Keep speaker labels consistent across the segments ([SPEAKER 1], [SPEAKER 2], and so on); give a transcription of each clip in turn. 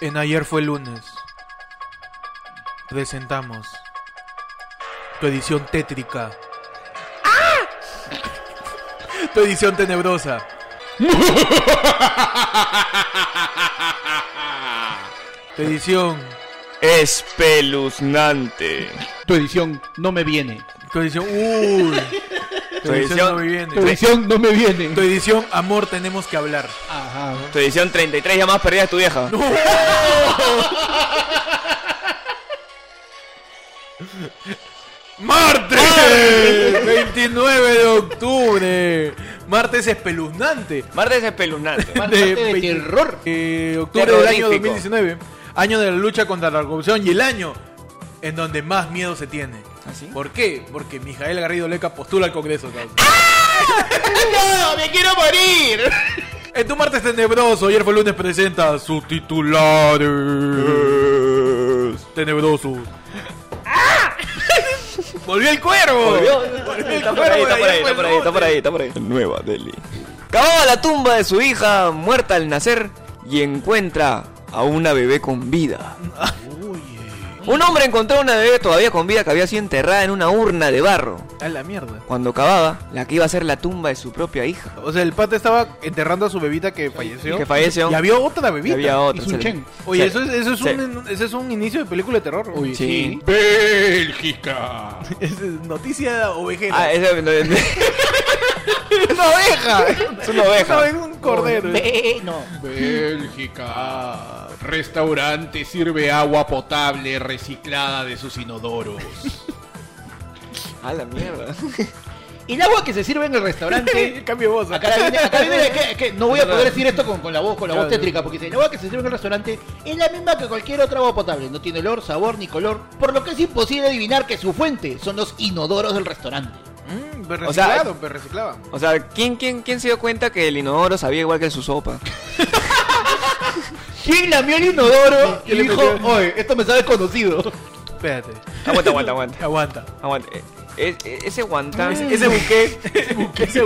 [SPEAKER 1] En ayer fue lunes. Presentamos tu edición tétrica. ¡Ah! Tu edición tenebrosa. Tu edición.
[SPEAKER 2] Espeluznante.
[SPEAKER 3] Tu edición no me viene.
[SPEAKER 1] Tu edición. Uy. Tu edición
[SPEAKER 2] Tu edición-
[SPEAKER 1] no me
[SPEAKER 3] Tu
[SPEAKER 1] viene.
[SPEAKER 3] edición no me viene.
[SPEAKER 1] Tu edición amor tenemos que hablar.
[SPEAKER 3] Ajá.
[SPEAKER 2] Tu edición 33 llamadas perdidas de tu vieja.
[SPEAKER 1] ¡Martes! 29 de octubre. Martes espeluznante.
[SPEAKER 2] Martes espeluznante.
[SPEAKER 3] Martes de
[SPEAKER 1] 20
[SPEAKER 3] terror.
[SPEAKER 1] eh, octubre del año
[SPEAKER 2] Terrorífico.
[SPEAKER 1] 2019. Año de la lucha contra la corrupción y el año en donde más miedo se tiene.
[SPEAKER 3] ¿Ah,
[SPEAKER 2] sí?
[SPEAKER 1] ¿Por qué? Porque Mijael Garrido Leca postula al Congreso. cabrón.
[SPEAKER 2] ¡No! ¡Me quiero morir!
[SPEAKER 1] En tu martes tenebroso, ayer fue lunes, presenta sus titulares. Tenebrosos. ¡Volvió el cuervo! Volvió el
[SPEAKER 2] Está por
[SPEAKER 1] cuervo de
[SPEAKER 2] ahí, está por ahí,
[SPEAKER 1] fue
[SPEAKER 2] está
[SPEAKER 1] el
[SPEAKER 2] por ahí, está por ahí, está por ahí. Nueva Delhi. Cavaba la tumba de su hija, muerta al nacer, y encuentra a una bebé con vida. Un hombre encontró a una bebé todavía con vida que había sido enterrada en una urna de barro.
[SPEAKER 1] norte. A la mierda.
[SPEAKER 2] Cuando cavaba, la que iba a ser la tumba de su propia hija.
[SPEAKER 1] O sea, el pata estaba enterrando a su bebita que falleció.
[SPEAKER 2] Que falleció.
[SPEAKER 1] Y había otra
[SPEAKER 2] Y
[SPEAKER 1] bebita.
[SPEAKER 2] había otra.
[SPEAKER 3] Hizo un
[SPEAKER 2] se-
[SPEAKER 3] chen.
[SPEAKER 1] Oye,
[SPEAKER 2] se-
[SPEAKER 1] eso es, eso es
[SPEAKER 2] se-
[SPEAKER 1] un, ese es un inicio de película de terror.
[SPEAKER 3] Uy,
[SPEAKER 2] Sí.
[SPEAKER 3] sí.
[SPEAKER 4] Bélgica.
[SPEAKER 1] Es noticia ovejera.
[SPEAKER 2] Ah, esa... no, es una oveja. Es una
[SPEAKER 1] Una vez
[SPEAKER 2] oveja.
[SPEAKER 1] un cordero.
[SPEAKER 3] Ve- Eh, No.
[SPEAKER 4] Bélgica. Restaurante sirve agua potable reciclada de sus inodoros.
[SPEAKER 2] A la mierda.
[SPEAKER 3] Y el agua que se sirve en el restaurante.
[SPEAKER 1] Cambio de voz.
[SPEAKER 3] Acá viene, acá viene que, que no voy a poder decir esto con, con la voz, con la voz
[SPEAKER 1] Claro.
[SPEAKER 3] tétrica, porque dice, el agua que se sirve en el restaurante es la misma que cualquier otra agua potable. No tiene olor, sabor ni color, por lo que es imposible adivinar que su fuente son los inodoros del restaurante.
[SPEAKER 1] Mm, pero
[SPEAKER 2] O sea,
[SPEAKER 1] reciclado, pero reciclado.
[SPEAKER 2] O sea, ¿quién, quién, ¿quién se dio cuenta que el inodoro sabía igual que su sopa?
[SPEAKER 3] ¿Quién lamió el inodoro? Y
[SPEAKER 1] le
[SPEAKER 3] dijo,
[SPEAKER 1] metió-
[SPEAKER 3] oye, esto me sabe conocido.
[SPEAKER 1] Espérate.
[SPEAKER 2] Aguanta, aguanta, aguanta.
[SPEAKER 1] Aguanta.
[SPEAKER 2] aguanta. Eh, eh, eh, ese guantán,
[SPEAKER 1] Ese-
[SPEAKER 2] ese buque,
[SPEAKER 1] Ese, buque-
[SPEAKER 2] ese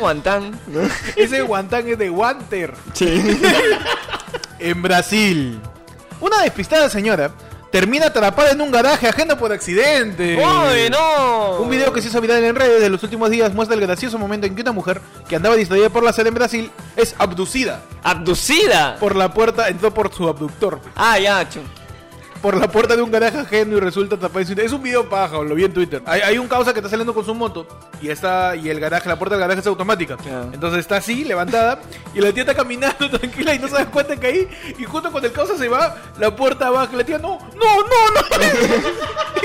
[SPEAKER 2] guantán.
[SPEAKER 1] ese guantán es de Wanter. En Brasil. Una despistada señora termina atrapada en un garaje ajeno por accidente.
[SPEAKER 2] ¡Uy, no!
[SPEAKER 1] Un video que se hizo viral en redes de los últimos días muestra el gracioso momento en que una mujer que andaba distraída por la sala en Brasil es abducida
[SPEAKER 2] ¡Abducida!
[SPEAKER 1] por la puerta, entró por su abductor,
[SPEAKER 2] Ah, ya, chu.
[SPEAKER 1] por la puerta de un garaje ajeno y resulta atrapada en su... Es un video paja, lo vi en Twitter. Hay, hay un causa que está saliendo con su moto y está y el garaje, la puerta del garaje es automática.
[SPEAKER 2] Claro.
[SPEAKER 1] Entonces está así, levantada, y la tía está caminando tranquila y no se da cuenta que ahí, y justo cuando el causa se va, la puerta baja, la tía no, no, no, no.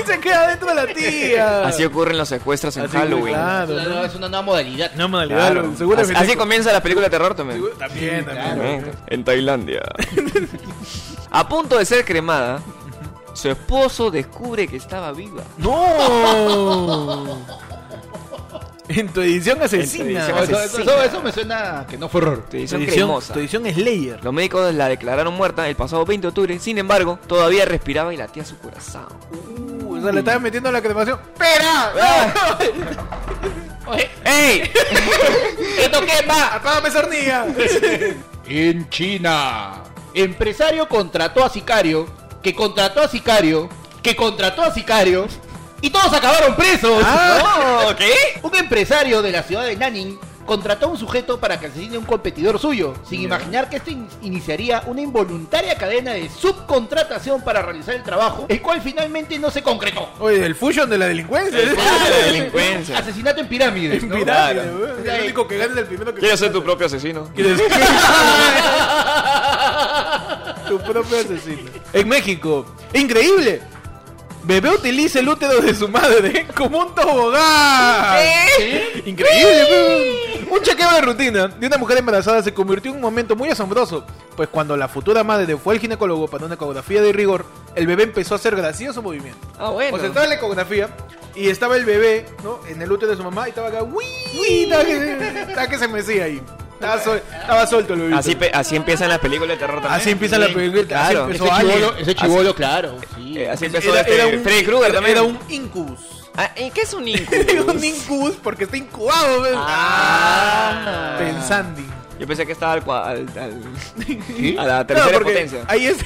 [SPEAKER 1] y se queda dentro de la tía.
[SPEAKER 2] Así ocurren los secuestros en
[SPEAKER 1] Así,
[SPEAKER 2] Halloween.
[SPEAKER 1] claro.
[SPEAKER 3] Es una nueva- es una nueva modalidad.
[SPEAKER 1] No, modalidad,
[SPEAKER 2] Claro.
[SPEAKER 1] lo- seguro
[SPEAKER 2] Así,
[SPEAKER 1] que-
[SPEAKER 2] así comienza la película de terror también.
[SPEAKER 1] También, también.
[SPEAKER 2] También. En Tailandia. A punto de ser cremada, su esposo descubre que estaba viva.
[SPEAKER 1] ¡No! en tu edición asesina.
[SPEAKER 2] En tu edición
[SPEAKER 3] No, eso,
[SPEAKER 2] asesina.
[SPEAKER 3] eso- eso me suena a que no fue error.
[SPEAKER 2] Tu
[SPEAKER 1] Tu
[SPEAKER 2] edición
[SPEAKER 1] edición,
[SPEAKER 2] cremosa.
[SPEAKER 1] tu edición Slayer.
[SPEAKER 2] Los médicos la declararon muerta el pasado 20 de octubre, sin embargo, todavía respiraba y latía su corazón.
[SPEAKER 1] Uh, o sea, le estaba metiendo la cremación.
[SPEAKER 2] ¡Ah!
[SPEAKER 3] Oye,
[SPEAKER 2] ¡Ey!
[SPEAKER 3] ¡Esto quema!
[SPEAKER 1] ¡Apágame esa hornilla!
[SPEAKER 4] En China.
[SPEAKER 3] Empresario contrató a sicario, que contrató a sicario, que contrató a sicario, y todos acabaron presos.
[SPEAKER 2] ¡No! ¿Qué?
[SPEAKER 3] Un empresario de la ciudad de Nanning contrató a un sujeto para que asesine a un competidor suyo, sin imaginar que esto in- iniciaría una involuntaria cadena de subcontratación para realizar el trabajo, el cual finalmente no se concretó.
[SPEAKER 1] Oye, el fusion de la delincuencia.
[SPEAKER 2] Ah, La delincuencia.
[SPEAKER 3] Asesinato en pirámides.
[SPEAKER 1] En
[SPEAKER 3] ¿no?
[SPEAKER 1] pirámide,
[SPEAKER 2] Claro.
[SPEAKER 1] weón. Es El único que gana es el primero que.
[SPEAKER 2] ¿Quieres ser tu propio asesino?
[SPEAKER 1] ¿Quieres- tu propio asesino. En México. ¡Increíble! Bebé utiliza el útero de su madre ¿eh? como un tobogán. Increíble. weón. Un chequeo de rutina de una mujer embarazada se convirtió en un momento muy asombroso, pues cuando la futura madre fue al ginecólogo para una ecografía de rigor, el bebé empezó a hacer gracioso movimiento.
[SPEAKER 2] Ah, bueno.
[SPEAKER 1] O sea, Pues estaba la ecografía y estaba el bebé, ¿no? En el útero de su mamá y estaba acá, ¡uy! Estaba que, estaba que se mecía ahí. Estaba, sol- estaba suelto el bebé.
[SPEAKER 2] Así, pe- así empiezan las películas de terror también.
[SPEAKER 1] Así empieza la película.
[SPEAKER 2] Claro.
[SPEAKER 1] Así
[SPEAKER 3] Ese
[SPEAKER 1] empezó Alien.
[SPEAKER 3] chivolo, ese chivolo, claro. sí.
[SPEAKER 2] Eh, así empezó
[SPEAKER 1] Era,
[SPEAKER 2] este
[SPEAKER 1] era un,
[SPEAKER 2] Freddy Krueger
[SPEAKER 1] era-
[SPEAKER 2] también.
[SPEAKER 1] era un incubus.
[SPEAKER 2] Ah, ¿Y qué es un
[SPEAKER 1] Digo
[SPEAKER 2] incubus?
[SPEAKER 1] un incubus porque está incubado, weón.
[SPEAKER 2] Ah.
[SPEAKER 1] Pensando.
[SPEAKER 2] Yo pensé que estaba al, cua- al- al-
[SPEAKER 5] ¿Sí?
[SPEAKER 2] a la
[SPEAKER 1] Claro,
[SPEAKER 2] tercera
[SPEAKER 1] porque
[SPEAKER 2] potencia.
[SPEAKER 1] Ahí es.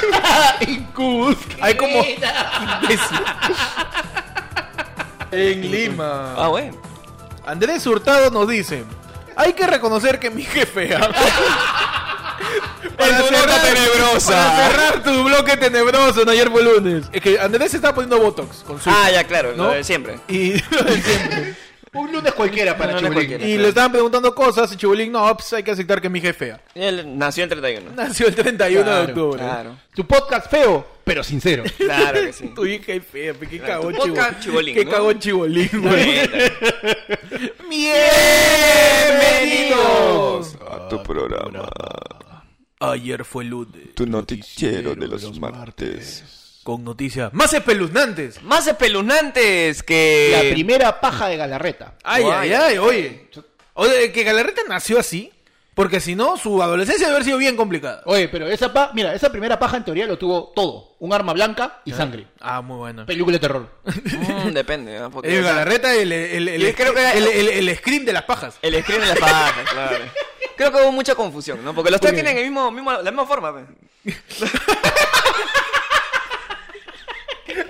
[SPEAKER 3] Incubus.
[SPEAKER 1] Hay como. imbécil. en Lima.
[SPEAKER 2] Ah, bueno.
[SPEAKER 1] Andrés Hurtado nos dice: Hay que reconocer que mi jefe. ah".
[SPEAKER 2] En tu nota tenebrosa.
[SPEAKER 1] para cerrar tu bloque tenebroso, en ayer fue lunes. Es que Andrés se está poniendo botox con su.
[SPEAKER 2] Ah, ya, claro,
[SPEAKER 1] ¿No?
[SPEAKER 2] lo de siempre.
[SPEAKER 1] Y,
[SPEAKER 3] Un lunes cualquiera para
[SPEAKER 2] Un lunes
[SPEAKER 3] Chibulín.
[SPEAKER 2] cualquiera.
[SPEAKER 1] y le estaban preguntando cosas. Y Chibulín, no, pues hay que aceptar que mi jefe.
[SPEAKER 2] Él nació en 31.
[SPEAKER 1] Nació el 31 de
[SPEAKER 3] Claro,
[SPEAKER 1] octubre.
[SPEAKER 2] Claro,
[SPEAKER 3] Tu podcast feo, pero sincero.
[SPEAKER 2] claro que sí.
[SPEAKER 1] Tu hija es fea, pe, qué
[SPEAKER 2] Claro,
[SPEAKER 1] cagón
[SPEAKER 2] tu boca,
[SPEAKER 1] chibolín.
[SPEAKER 2] chibolín,
[SPEAKER 1] Qué
[SPEAKER 2] ¿no?
[SPEAKER 1] cagón chibolín, güey.
[SPEAKER 2] Bienvenidos.
[SPEAKER 5] A tu programa.
[SPEAKER 1] Ayer fue lunes
[SPEAKER 5] Tu noticiero de los martes.
[SPEAKER 1] con noticias más espeluznantes.
[SPEAKER 2] Más espeluznantes que.
[SPEAKER 3] La primera paja de Galarreta.
[SPEAKER 1] Ay, ay,
[SPEAKER 2] Guay.
[SPEAKER 1] ay, oye. Oye, que Galarreta nació así. Porque si no, su adolescencia debe haber sido bien complicada.
[SPEAKER 3] Oye, pero esa paja, mira, esa primera paja en teoría lo tuvo todo. Un arma blanca y sangre.
[SPEAKER 1] Ah, muy bueno.
[SPEAKER 3] Película de terror.
[SPEAKER 2] Mm, depende, ¿no? Porque
[SPEAKER 1] El
[SPEAKER 2] esa-
[SPEAKER 1] Galarreta, el, el, el,
[SPEAKER 2] Yo creo que era-
[SPEAKER 1] el, el- el scream de las pajas.
[SPEAKER 2] El screen en las pajas, claro. Creo que hubo mucha confusión, ¿no? Porque los tres
[SPEAKER 1] Porque-
[SPEAKER 2] tienen el mismo, mismo- la misma forma, pues. pe.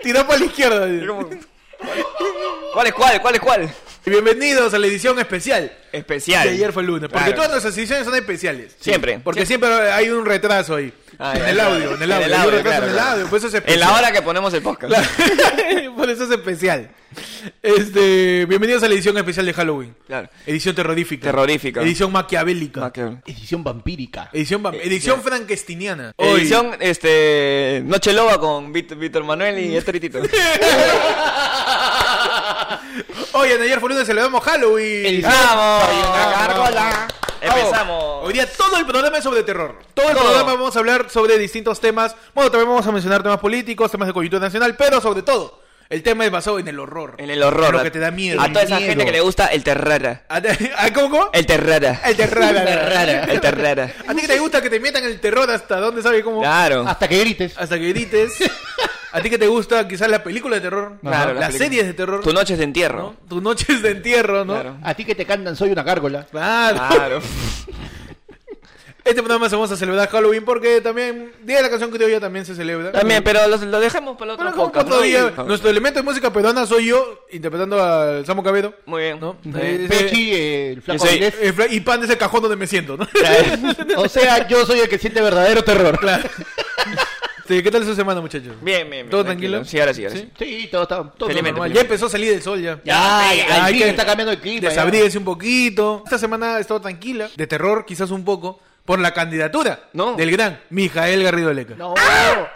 [SPEAKER 1] Tiró para la izquierda.
[SPEAKER 2] Es como- ¿Cuál es cuál? ¿Cuál es cuál?
[SPEAKER 1] Y Bienvenidos a la edición especial.
[SPEAKER 2] Especial.
[SPEAKER 1] De ayer fue el lunes. Porque
[SPEAKER 2] Claro.
[SPEAKER 1] todas nuestras ediciones son especiales.
[SPEAKER 2] Siempre.
[SPEAKER 1] Porque siempre hay un retraso ahí.
[SPEAKER 2] Ah,
[SPEAKER 1] en,
[SPEAKER 2] ya,
[SPEAKER 1] el
[SPEAKER 2] claro.
[SPEAKER 1] audio, en el audio, Hay un retraso
[SPEAKER 2] claro,
[SPEAKER 1] en el
[SPEAKER 2] claro.
[SPEAKER 1] audio. Por eso es
[SPEAKER 2] En
[SPEAKER 1] especial.
[SPEAKER 2] la hora que ponemos el podcast.
[SPEAKER 1] Claro. por eso es especial. Este, bienvenidos a la edición especial de Halloween.
[SPEAKER 2] Claro.
[SPEAKER 1] Edición terrorífica.
[SPEAKER 2] Terrorífica.
[SPEAKER 1] Edición maquiavélica.
[SPEAKER 2] Ah, qué-
[SPEAKER 3] Edición vampírica.
[SPEAKER 1] Edición, vam-
[SPEAKER 2] Eh,
[SPEAKER 1] edición
[SPEAKER 2] ya.
[SPEAKER 1] frankenstiniana. Hoy-
[SPEAKER 2] Edición, este, Noche Loba con Vít- Víctor Manuel y este Titito.
[SPEAKER 1] Hoy en ayer fue lunes celebramos Halloween. Ah,
[SPEAKER 3] Edición-
[SPEAKER 2] ¡Vamos!
[SPEAKER 3] Cargola.
[SPEAKER 2] Empezamos.
[SPEAKER 1] Hoy día todo el programa es sobre terror. Todo el
[SPEAKER 2] Todo.
[SPEAKER 1] programa vamos a hablar sobre distintos temas. Bueno, también vamos a mencionar temas políticos, temas de coyuntura nacional, pero sobre todo, el tema es basado en el horror.
[SPEAKER 2] En el horror.
[SPEAKER 1] En lo que te da miedo.
[SPEAKER 2] A toda esa
[SPEAKER 3] Miedo.
[SPEAKER 2] gente que le gusta el terror.
[SPEAKER 1] A- a- ¿Cómo, cómo?
[SPEAKER 2] El terror.
[SPEAKER 1] El terror.
[SPEAKER 2] El terror.
[SPEAKER 1] A ti que te gusta que te metan el terror hasta dónde sabe cómo.
[SPEAKER 2] Claro.
[SPEAKER 1] Ah,
[SPEAKER 3] Hasta que grites.
[SPEAKER 1] Hasta que grites. A ti que te gusta quizás la película de terror.
[SPEAKER 2] Claro,
[SPEAKER 1] las
[SPEAKER 2] la película.
[SPEAKER 1] series de terror.
[SPEAKER 2] Tu noche es de entierro.
[SPEAKER 1] ¿no? Tus noches de entierro, ¿no?
[SPEAKER 2] Claro.
[SPEAKER 3] A ti que te cantan soy una gárgola.
[SPEAKER 1] Claro.
[SPEAKER 2] Claro.
[SPEAKER 1] Este programa se vamos a celebrar Halloween porque también Día de la Canción Criolla también se celebra.
[SPEAKER 2] También, pero los- lo dejamos para el otro
[SPEAKER 1] Bueno, como
[SPEAKER 2] podcast,
[SPEAKER 1] otro
[SPEAKER 2] ¿no?
[SPEAKER 1] día,
[SPEAKER 2] Y-
[SPEAKER 1] nuestro elemento de música peruana soy yo interpretando a Samo Cabedo.
[SPEAKER 2] Muy bien.
[SPEAKER 1] ¿no?
[SPEAKER 2] Eh,
[SPEAKER 1] Eh,
[SPEAKER 3] Pechi, eh, el flaco
[SPEAKER 2] Yo soy-
[SPEAKER 3] Valdés.
[SPEAKER 1] eh, Fra- y pan es el cajón donde me siento, ¿no?
[SPEAKER 3] O sea, yo soy el que siente verdadero terror.
[SPEAKER 1] claro. Sí, ¿Qué tal su semana, muchachos?
[SPEAKER 2] Bien, bien, bien,
[SPEAKER 1] ¿Todo tranquilo?
[SPEAKER 2] Sí, ahora sí, ahora
[SPEAKER 1] ¿Sí?
[SPEAKER 2] sí.
[SPEAKER 3] Sí, todo está. Todo
[SPEAKER 2] Felizmente.
[SPEAKER 1] Normal, Ya empezó a salir el sol ya.
[SPEAKER 3] Ya, ya,
[SPEAKER 1] hay
[SPEAKER 3] al fin
[SPEAKER 1] que-
[SPEAKER 3] está cambiando el clima. ya.
[SPEAKER 1] Desabríguense un poquito. Esta semana ha estado tranquila, de terror quizás un poco, por la candidatura
[SPEAKER 2] No.
[SPEAKER 1] del gran Mijael Garrido Leca.
[SPEAKER 3] No.
[SPEAKER 1] Cada-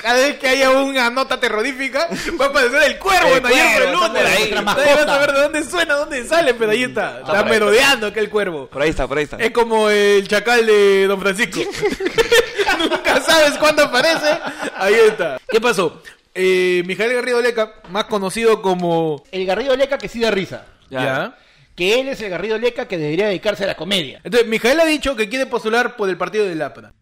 [SPEAKER 1] Cada vez que haya una nota terrorífica, va a aparecer el cuervo
[SPEAKER 2] El
[SPEAKER 1] en ayer por el
[SPEAKER 2] cuervo, está
[SPEAKER 1] lunes.
[SPEAKER 2] por ahí.
[SPEAKER 1] Nadie
[SPEAKER 3] Nuestra
[SPEAKER 1] va a
[SPEAKER 3] mascota.
[SPEAKER 1] saber de dónde suena, dónde sale, pero ahí está.
[SPEAKER 2] por
[SPEAKER 1] Está
[SPEAKER 2] ahí.
[SPEAKER 1] merodeando que el cuervo.
[SPEAKER 2] Por ahí está, por ahí está.
[SPEAKER 1] Es como el chacal de Don Francisco. Nunca sabes cuándo aparece. Ahí está. ¿Qué pasó? Eh, Mijael Garrido Leca, más conocido como...
[SPEAKER 3] El Garrido Leca que sí da risa.
[SPEAKER 2] Ya.
[SPEAKER 3] Que él es el Garrido Leca que debería dedicarse a la comedia.
[SPEAKER 1] Entonces, Mijael ha dicho que quiere postular por el partido de Lapra.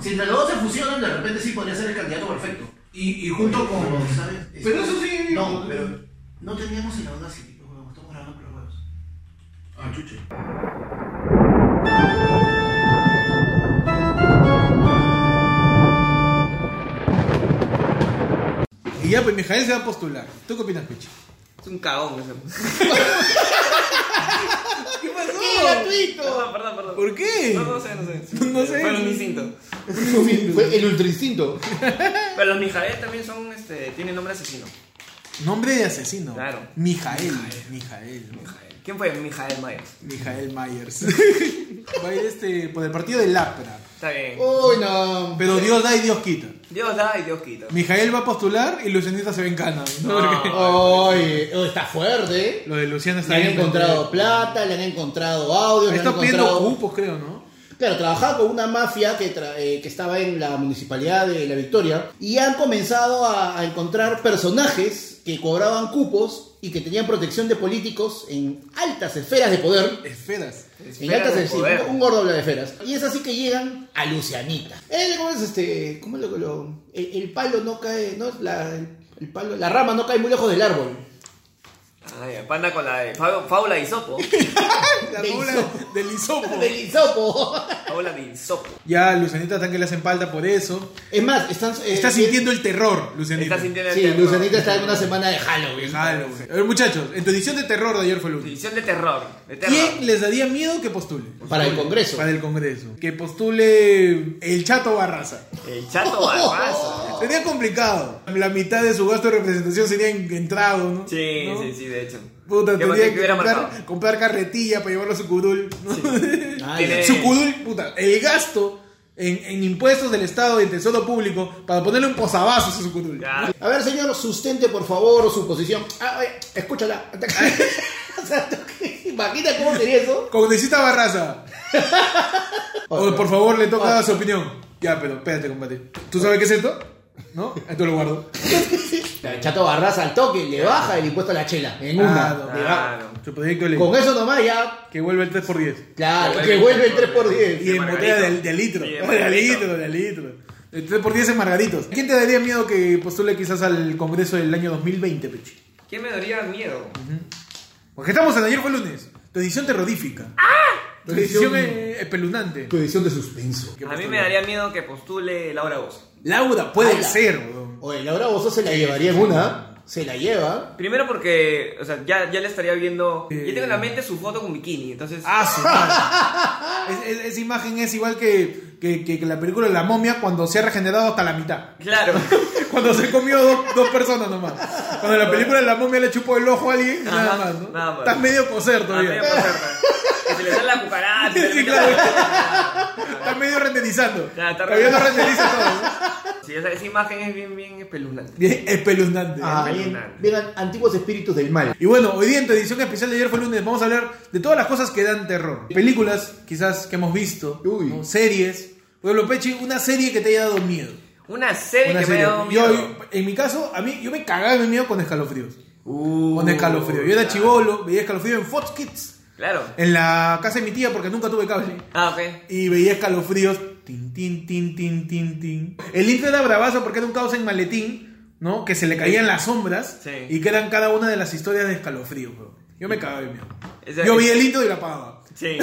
[SPEAKER 6] Si entre los dos se fusionan, de repente sí podría ser el candidato perfecto. Y, junto con. ¿sabes? Este,
[SPEAKER 1] Pero eso sí-
[SPEAKER 6] No, pero. No teníamos el Audacity, pues, huevón, estamos grabando con los huevos. Ah, chuche.
[SPEAKER 1] Y ya, pues Mijael se va a postular. ¿Tú qué opinas, Pichi?
[SPEAKER 2] Es un cagón ese.
[SPEAKER 1] ¿Qué pasó?
[SPEAKER 2] Perdón, perdón, perdón.
[SPEAKER 1] ¿Por qué?
[SPEAKER 2] sé, no sé.
[SPEAKER 1] No sé. Fue un
[SPEAKER 2] instinto.
[SPEAKER 3] Fue el ultra instinto.
[SPEAKER 2] Pero los Mijael también son, este, tienen nombre asesino.
[SPEAKER 1] Nombre de asesino.
[SPEAKER 2] Claro.
[SPEAKER 1] Mijael. Mijael.
[SPEAKER 2] ¿Quién fue Mijael Myers?
[SPEAKER 1] Mijael Myers. Va a ir este, por el partido del Lapra.
[SPEAKER 2] Está bien.
[SPEAKER 1] Oh.
[SPEAKER 3] Uy, no.
[SPEAKER 1] Pero Dios da y Dios quita.
[SPEAKER 2] Dios da y Dios quita.
[SPEAKER 1] Mijael va a postular y Lucianita se ve en cana. ¿no? Porque
[SPEAKER 3] Oye, oh, está fuerte.
[SPEAKER 1] Lo de Luciana
[SPEAKER 3] Le
[SPEAKER 1] está
[SPEAKER 3] han
[SPEAKER 1] bien.
[SPEAKER 3] encontrado plata, le han encontrado audio, le han
[SPEAKER 1] Está pidiendo
[SPEAKER 3] encontrado...
[SPEAKER 1] cupos, creo, ¿no?
[SPEAKER 6] Claro, trabajaba con una mafia que, tra- eh, que estaba en la municipalidad de La Victoria y han comenzado a, a encontrar personajes
[SPEAKER 3] que cobraban cupos y que tenían protección de políticos en altas esferas de poder.
[SPEAKER 2] Esferas.
[SPEAKER 3] En altas
[SPEAKER 2] de
[SPEAKER 3] esferas, sí,
[SPEAKER 2] poder.
[SPEAKER 3] un- un gordo habla de esferas. Y es así que llegan a Lucianita. Eh, ¿Cómo es este? ¿Cómo lo, lo- el, el palo no cae, no, la, el palo, la rama no cae muy lejos del árbol.
[SPEAKER 2] Ay, el panda con la de Fa- Faula y Sopo.
[SPEAKER 3] La
[SPEAKER 2] De
[SPEAKER 3] bola
[SPEAKER 2] Isopo.
[SPEAKER 3] del
[SPEAKER 1] Oh.
[SPEAKER 3] hisopo. del hisopo.
[SPEAKER 2] Faula de Isopo.
[SPEAKER 1] Ya, Lucianita está que le hacen falta por eso.
[SPEAKER 3] Es más, están, eh,
[SPEAKER 1] Está
[SPEAKER 3] eh,
[SPEAKER 1] sintiendo el terror, Lucianita.
[SPEAKER 2] Está sintiendo el
[SPEAKER 3] Sí,
[SPEAKER 2] terror.
[SPEAKER 3] Lucianita está en una semana de Halloween.
[SPEAKER 1] Halloween. A ver, muchachos, en tu edición de terror de ayer fue lunes.
[SPEAKER 2] Edición de terror. De terror.
[SPEAKER 1] ¿Quién les daría miedo que postule?
[SPEAKER 3] Para el Congreso.
[SPEAKER 1] Para el Congreso. Que postule el chato Barraza.
[SPEAKER 2] El chato Barbaza.
[SPEAKER 1] Sería complicado. La mitad de su gasto de representación sería en- entrado, ¿no?
[SPEAKER 2] Sí,
[SPEAKER 1] ¿No?
[SPEAKER 2] sí, sí, de hecho.
[SPEAKER 1] Puta,
[SPEAKER 2] Qué bueno
[SPEAKER 1] tendría que
[SPEAKER 2] hubiera
[SPEAKER 1] comprar,
[SPEAKER 2] marcado.
[SPEAKER 1] comprar carretilla para llevarlo a su curul. ¿no?
[SPEAKER 3] Ah,
[SPEAKER 2] Tiene-
[SPEAKER 1] Su curul, puta. El gasto en, en impuestos del Estado y en tesoro público para ponerle un posavasos a su curul.
[SPEAKER 2] Ya.
[SPEAKER 3] A ver, señor, sustente por favor su posición. Ah, oye, escúchala. O sea, ¿tú qué? Imagina cómo sería eso.
[SPEAKER 1] Congresista Barraza. O, por favor, le toca su opinión. Ya, pero espérate, combate. ¿Tú sabes qué es esto? ¿No? Esto lo guardo.
[SPEAKER 3] El Chato Barraza al toque le baja el impuesto a la chela. En una.
[SPEAKER 1] Ah,
[SPEAKER 3] Le baja.
[SPEAKER 2] Claro.
[SPEAKER 1] Su proyecto le-
[SPEAKER 3] Con eso nomás ya.
[SPEAKER 1] Que vuelve el 3x10.
[SPEAKER 3] Claro,
[SPEAKER 2] Claro.
[SPEAKER 3] que vuelve el 3x10.
[SPEAKER 1] Y
[SPEAKER 2] De
[SPEAKER 1] en botella de,
[SPEAKER 2] Margarito.
[SPEAKER 1] de litro.
[SPEAKER 2] Y de
[SPEAKER 1] De
[SPEAKER 2] Margarito.
[SPEAKER 1] litro, de litro. El 3x10 en Margaritos. ¿Quién te daría miedo que postule quizás al Congreso del año 2020, Pechi?
[SPEAKER 2] ¿Quién me daría miedo?
[SPEAKER 1] Porque estamos en ayer fue lunes. Tu edición terrorífica. ¡Ah! Tu edición eh, espeluznante.
[SPEAKER 3] Tu edición de suspenso.
[SPEAKER 2] A mí me daría miedo que postule Laura Bozo.
[SPEAKER 1] Laura, puede
[SPEAKER 3] Ala.
[SPEAKER 1] ser, weón.
[SPEAKER 3] Oye, Laura Bozo se la llevaría en una. Se la lleva.
[SPEAKER 2] Primero porque, o sea, ya, ya le estaría viendo.
[SPEAKER 1] Eh.
[SPEAKER 2] Yo tengo en la mente su foto con bikini, entonces.
[SPEAKER 1] Ah, su Ah, madre. Es- es- esa imagen es igual que, que- que- que la película La momia cuando se ha regenerado hasta la mitad.
[SPEAKER 2] Claro.
[SPEAKER 1] Cuando se comió dos, dos personas nomás. Cuando la película de La momia le chupó el ojo a alguien,
[SPEAKER 2] Ajá,
[SPEAKER 1] nada más, ¿no?
[SPEAKER 2] nada más.
[SPEAKER 1] Estás medio coser
[SPEAKER 2] Ah,
[SPEAKER 1] todavía.
[SPEAKER 2] medio pasar, Que se le sale la cucaracha. se le
[SPEAKER 1] Sí,
[SPEAKER 2] mete
[SPEAKER 1] claro.
[SPEAKER 2] la-
[SPEAKER 1] Estás medio renderizando.
[SPEAKER 2] Ya, está
[SPEAKER 1] Todavía no
[SPEAKER 2] renderizando.
[SPEAKER 1] renderiza todo. ¿no?
[SPEAKER 2] Sí, esa, esa imagen es bien, bien espeluznante.
[SPEAKER 1] Bien espeluznante. ¿eh?
[SPEAKER 3] Ah,
[SPEAKER 2] Fenomenal.
[SPEAKER 3] vengan antiguos espíritus del mal.
[SPEAKER 1] Y bueno, hoy día en tu edición especial de ayer fue lunes vamos a hablar de todas las cosas que dan terror. Películas, quizás, que hemos visto.
[SPEAKER 3] Uy.
[SPEAKER 1] ¿no? Series. Por ejemplo, Pechi, una serie que te haya dado miedo.
[SPEAKER 2] Una serie
[SPEAKER 1] Una
[SPEAKER 2] que
[SPEAKER 1] serie.
[SPEAKER 2] me ha dado
[SPEAKER 1] Yo-
[SPEAKER 2] miedo.
[SPEAKER 1] en mi caso, a mí, yo me cagaba de miedo con escalofríos.
[SPEAKER 2] Uh,
[SPEAKER 1] con escalofrío. Yo era
[SPEAKER 2] claro.
[SPEAKER 1] chivolo, veía escalofrío en Fox Kids,
[SPEAKER 2] Claro.
[SPEAKER 1] en la casa de mi tía, porque nunca tuve cable.
[SPEAKER 2] Ah, ok.
[SPEAKER 1] Y veía escalofríos. Tin, tin, tin, tin, tin, tin. El intro era bravazo porque era un caos en maletín, ¿no? Que se le caían las sombras
[SPEAKER 2] Sí.
[SPEAKER 1] y que eran cada una de las historias de escalofrío, bro. Yo me cagaba de miedo.
[SPEAKER 2] Esa-
[SPEAKER 1] Yo vi el intro y la apagaba.
[SPEAKER 2] Sí.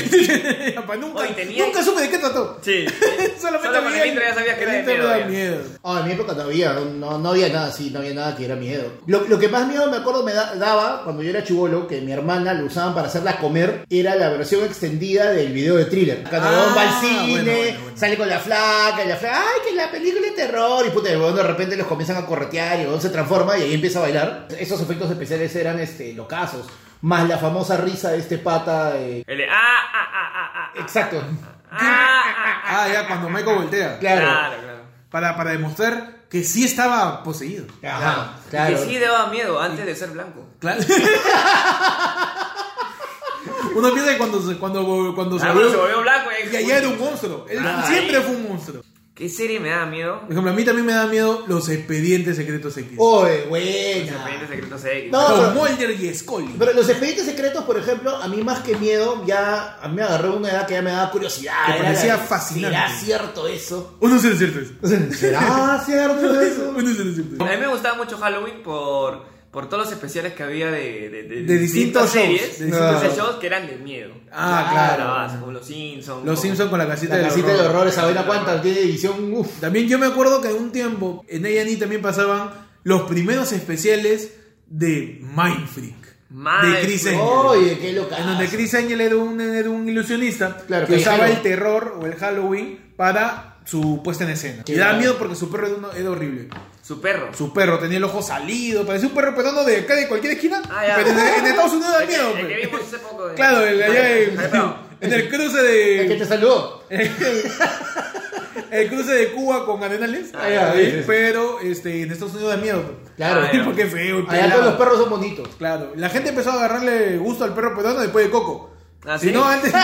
[SPEAKER 1] Ya, pa, nunca,
[SPEAKER 2] Oye, tenía-
[SPEAKER 1] nunca supe de qué trató.
[SPEAKER 2] Sí.
[SPEAKER 1] Solamente
[SPEAKER 2] con
[SPEAKER 1] vi
[SPEAKER 2] el intro ya sabías que
[SPEAKER 1] el
[SPEAKER 2] era de
[SPEAKER 1] intro
[SPEAKER 2] miedo.
[SPEAKER 1] me
[SPEAKER 2] ya.
[SPEAKER 1] daba miedo.
[SPEAKER 3] Ah, en mi época no había, no, no había nada así, no había nada que era miedo. Lo, lo que más miedo me acuerdo me da- daba cuando yo era chivolo, que mi hermana lo usaban para hacerla comer, era la versión extendida del video de thriller. Cuando el
[SPEAKER 1] Ah,
[SPEAKER 3] huevón va al cine,
[SPEAKER 1] bueno, bueno, bueno.
[SPEAKER 3] sale con la flaca, y la flaca, ay, que la película es terror, y puta, el huevón de repente los comienzan a corretear, y el huevón se transforma y ahí empieza a bailar. Esos efectos especiales eran este, locazos, más la famosa risa de este pata. eh,
[SPEAKER 2] El de, ah, ah, ah, ah, ah.
[SPEAKER 3] Exacto,
[SPEAKER 2] Ah, ah, ah, ah.
[SPEAKER 1] Ah, ya, cuando Michael voltea.
[SPEAKER 3] claro.
[SPEAKER 2] Claro, claro.
[SPEAKER 1] Para, para demostrar que sí estaba poseído.
[SPEAKER 3] Ajá,
[SPEAKER 2] Que
[SPEAKER 3] claro.
[SPEAKER 2] sí daba miedo antes de ser blanco.
[SPEAKER 1] Claro. Uno piensa que cuando se, cuando, cuando se
[SPEAKER 2] Ah, bueno, se volvió blanco. eh.
[SPEAKER 1] y allá era un monstruo. Él
[SPEAKER 2] Ay.
[SPEAKER 1] siempre fue un monstruo.
[SPEAKER 2] ¿Qué serie me da miedo?
[SPEAKER 1] Por ejemplo, a mí también me da miedo los expedientes secretos X.
[SPEAKER 3] Oye,
[SPEAKER 2] Los Expedientes
[SPEAKER 3] buena.
[SPEAKER 2] Secretos X.
[SPEAKER 3] Oh, No,
[SPEAKER 1] Con
[SPEAKER 3] pero-
[SPEAKER 1] Mulder y Scully.
[SPEAKER 3] Pero los expedientes secretos, por ejemplo, a mí más que miedo, ya a mí me agarró una edad que ya me daba curiosidad.
[SPEAKER 1] Te
[SPEAKER 3] Era
[SPEAKER 1] parecía
[SPEAKER 3] la-
[SPEAKER 1] fascinante.
[SPEAKER 3] ¿Será cierto eso?
[SPEAKER 1] Uno se lo cierto es.
[SPEAKER 3] ¿Será cierto eso?
[SPEAKER 1] Uno se lo cierto
[SPEAKER 2] A
[SPEAKER 1] es.
[SPEAKER 2] mí me gustaba mucho Halloween por, por todos los especiales que había de, de,
[SPEAKER 1] De distintos shows,
[SPEAKER 2] series,
[SPEAKER 1] de
[SPEAKER 2] de
[SPEAKER 1] distintos
[SPEAKER 2] distintos
[SPEAKER 1] shows.
[SPEAKER 2] shows que eran de miedo.
[SPEAKER 1] Ah,
[SPEAKER 2] Claro,
[SPEAKER 1] claro.
[SPEAKER 2] ah, como los Simpsons.
[SPEAKER 1] Los Simpsons con la casita
[SPEAKER 3] La
[SPEAKER 1] del
[SPEAKER 3] casita de
[SPEAKER 1] horror.
[SPEAKER 3] horror, esa vaina cuánta, tiene edición, uff.
[SPEAKER 1] También yo me acuerdo que en un tiempo en A&E también pasaban los primeros especiales de Mind Freak.
[SPEAKER 2] Mind
[SPEAKER 1] de Chris
[SPEAKER 2] Freak.
[SPEAKER 1] Angel.
[SPEAKER 3] Oye, qué loca. Ah,
[SPEAKER 1] En donde Chris Angel era un, era un ilusionista
[SPEAKER 3] Claro,
[SPEAKER 1] que
[SPEAKER 3] que
[SPEAKER 1] usaba
[SPEAKER 3] Halloween.
[SPEAKER 1] el terror o el Halloween para su puesta en escena.
[SPEAKER 3] Qué
[SPEAKER 1] y daba
[SPEAKER 3] bravo.
[SPEAKER 1] miedo porque su perro era, uno- era horrible.
[SPEAKER 2] Su perro.
[SPEAKER 1] Su perro tenía el ojo salido, parecía un perro peruano de acá de cualquier esquina.
[SPEAKER 2] Ah, ya.
[SPEAKER 1] pero en, en Estados Unidos da
[SPEAKER 2] El que-
[SPEAKER 1] miedo.
[SPEAKER 2] el que
[SPEAKER 1] pe.
[SPEAKER 2] vimos hace poco de-
[SPEAKER 1] Claro, el, allá en,
[SPEAKER 2] Ay, no.
[SPEAKER 1] en el cruce de.
[SPEAKER 3] El que te saludó.
[SPEAKER 1] el cruce de Cuba con arenales.
[SPEAKER 3] Ah, ya, sí, sí.
[SPEAKER 1] Pero este, en Estados Unidos da miedo.
[SPEAKER 3] Claro.
[SPEAKER 2] Ah, ya.
[SPEAKER 1] Porque es feo. y
[SPEAKER 3] Allá
[SPEAKER 1] pelado.
[SPEAKER 3] todos los perros son bonitos.
[SPEAKER 1] Claro. La gente empezó a agarrarle gusto al perro peruano después de Coco.
[SPEAKER 2] ¿Ah,
[SPEAKER 1] si
[SPEAKER 2] sí?
[SPEAKER 1] no, antes, antes